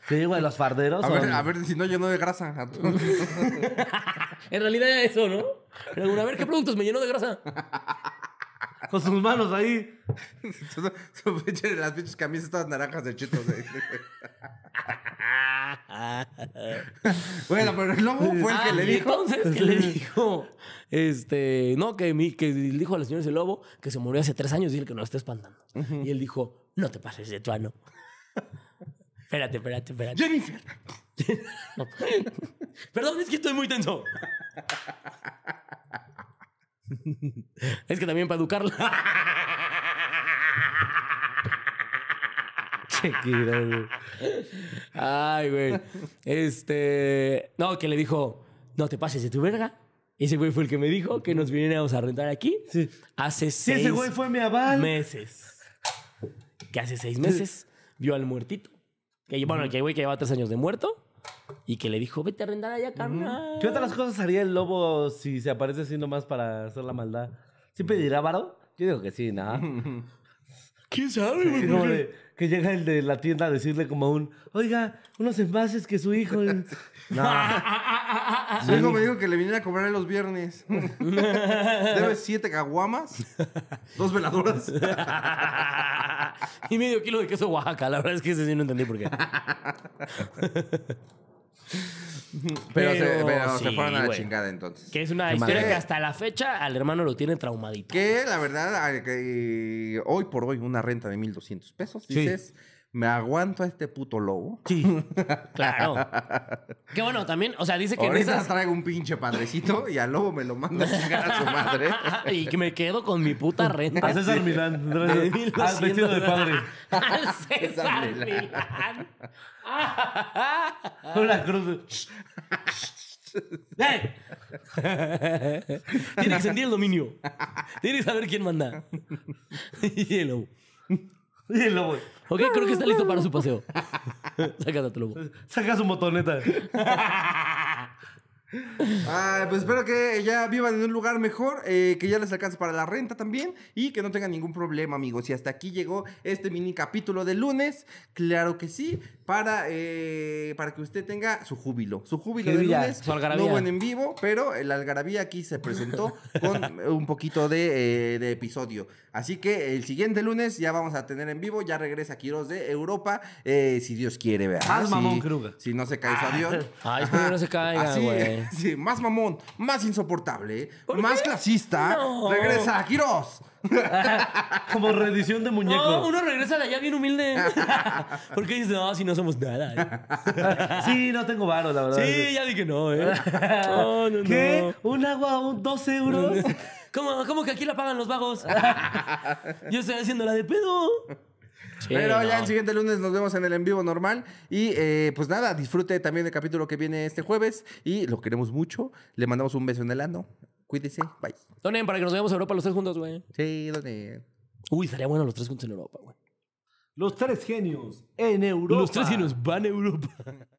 [SPEAKER 3] Que digo de los farderos.
[SPEAKER 1] A
[SPEAKER 3] o-
[SPEAKER 1] ver, a ver si no llenó de grasa.
[SPEAKER 2] En realidad era eso, ¿no? Era como, a ver, ¿qué productos me llenó de grasa?
[SPEAKER 3] Con sus manos ahí.
[SPEAKER 1] Su- su pinche- las pinches camisas todas naranjas de chitos. bueno, pero el lobo fue el
[SPEAKER 2] Ah,
[SPEAKER 1] que le
[SPEAKER 2] y
[SPEAKER 1] dijo.
[SPEAKER 2] Entonces, que le dijo? Este, no, que, mi, que dijo a la señora ese lobo que se murió hace tres años y el que nos está espantando. Y él dijo, no te pases de tuano. espérate, espérate, espérate.
[SPEAKER 1] Jennifer.
[SPEAKER 2] Perdón, es que estoy muy tenso. es que también para educarla.
[SPEAKER 3] Shakira, güey.
[SPEAKER 2] Ay, güey. Este. No, que le dijo, no te pases de tu verga. Ese güey fue el que me dijo que nos viniéramos a rentar aquí.
[SPEAKER 3] Sí.
[SPEAKER 2] Hace
[SPEAKER 3] Sí,
[SPEAKER 2] seis
[SPEAKER 3] ese güey fue mi aval.
[SPEAKER 2] meses. Que hace seis meses vio al muertito. Que, bueno, que güey que lleva tres años de muerto. Y que le dijo, vete a rentar allá, carnal.
[SPEAKER 3] ¿Qué otras cosas haría el lobo si se aparece así nomás para hacer la maldad? ¿Sí pedirá varo? Yo digo que sí, nada.
[SPEAKER 2] ¿Quién sabe,
[SPEAKER 3] Así
[SPEAKER 2] güey?
[SPEAKER 3] como de que llega el de la tienda a decirle como a un, oiga, unos envases que su hijo... el-". No,
[SPEAKER 1] Su hijo me dijo que le viniera a cobrar los viernes. Debe siete caguamas, dos veladoras.
[SPEAKER 2] y medio kilo de queso Oaxaca. La verdad es que ese sí no entendí por qué.
[SPEAKER 1] Pero, se,
[SPEAKER 2] Pero
[SPEAKER 1] pero se
[SPEAKER 2] sí,
[SPEAKER 1] fueron a la
[SPEAKER 2] güey.
[SPEAKER 1] chingada entonces.
[SPEAKER 2] Que es una
[SPEAKER 3] Qué
[SPEAKER 2] historia
[SPEAKER 1] madre.
[SPEAKER 2] que hasta la fecha al hermano lo tiene traumadito.
[SPEAKER 1] Que la verdad, a- que hoy por hoy, una renta de 1200 pesos,
[SPEAKER 3] Sí.
[SPEAKER 1] dices, me aguanto a este puto lobo.
[SPEAKER 3] sí.
[SPEAKER 2] Claro. que bueno, también, o sea, dice que en
[SPEAKER 1] Ahorita
[SPEAKER 2] esas...
[SPEAKER 1] traigo un pinche padrecito y al lobo me lo manda a chingar a su madre.
[SPEAKER 2] y que me quedo con mi puta renta.
[SPEAKER 3] A César Milán.
[SPEAKER 2] De
[SPEAKER 3] Al
[SPEAKER 2] 1200.
[SPEAKER 3] Ah, vestido de padre.
[SPEAKER 2] Al César
[SPEAKER 1] César
[SPEAKER 2] Milán.
[SPEAKER 3] Una cruz.
[SPEAKER 2] ¡Ey! Tiene que sentir el dominio. Tiene que saber quién manda. Y el lobo.
[SPEAKER 3] Y el lobo
[SPEAKER 2] Ok, creo que está listo para su paseo. Sácate a tu lobo.
[SPEAKER 3] saca su motoneta.
[SPEAKER 1] Ay, pues espero que ya vivan en un lugar mejor, eh, que ya les alcance para la renta también y que no tengan ningún problema, amigos. Y hasta aquí llegó este mini capítulo de lunes, claro que sí, para, eh, para que usted tenga su júbilo. Su júbilo de
[SPEAKER 3] Jubila,
[SPEAKER 1] lunes
[SPEAKER 2] su algarabía.
[SPEAKER 1] no hubo en en vivo, pero el algarabía aquí se presentó con un poquito de, eh, de episodio. Así que el siguiente lunes ya vamos a tener en vivo, ya regresa Quiroz de Europa, eh, si Dios quiere, ¿verdad?
[SPEAKER 2] Ah,
[SPEAKER 3] Más
[SPEAKER 1] Si-
[SPEAKER 3] mamón que nunca.
[SPEAKER 1] Si no se cae su avión.
[SPEAKER 2] Ay, Ah. espero que no se caiga,
[SPEAKER 1] Así,
[SPEAKER 2] güey.
[SPEAKER 1] sí, más mamón, más insoportable,
[SPEAKER 2] ¿Por
[SPEAKER 1] más
[SPEAKER 2] qué?
[SPEAKER 1] clasista.
[SPEAKER 2] No.
[SPEAKER 1] Regresa Quiroz.
[SPEAKER 3] Como reedición de
[SPEAKER 2] No,
[SPEAKER 3] muñeco.
[SPEAKER 2] uno regresa de allá bien humilde. Porque dice, no, si no somos nada. ¿eh?
[SPEAKER 3] Sí, no tengo varo, la verdad.
[SPEAKER 2] Sí, ya dije no, ¿eh? No, no,
[SPEAKER 3] ¿Qué?
[SPEAKER 2] no.
[SPEAKER 3] ¿Un agua, un 2 euros?
[SPEAKER 2] ¿Cómo, cómo que aquí la pagan los vagos? Yo estoy haciendo la de pedo. Sí,
[SPEAKER 1] Pero ya
[SPEAKER 2] no.
[SPEAKER 1] el siguiente lunes nos vemos en el en vivo normal. Y eh, pues nada, disfrute también el capítulo que viene este jueves. Y lo queremos mucho. Le mandamos un beso en el ano. Cuídese. Bye.
[SPEAKER 2] Donen para que nos vayamos a Europa los tres juntos, güey.
[SPEAKER 1] Sí, donde.
[SPEAKER 2] Uy, estaría bueno los tres juntos en Europa, güey.
[SPEAKER 3] Los tres genios en Europa.
[SPEAKER 2] Los tres y nos van a Europa.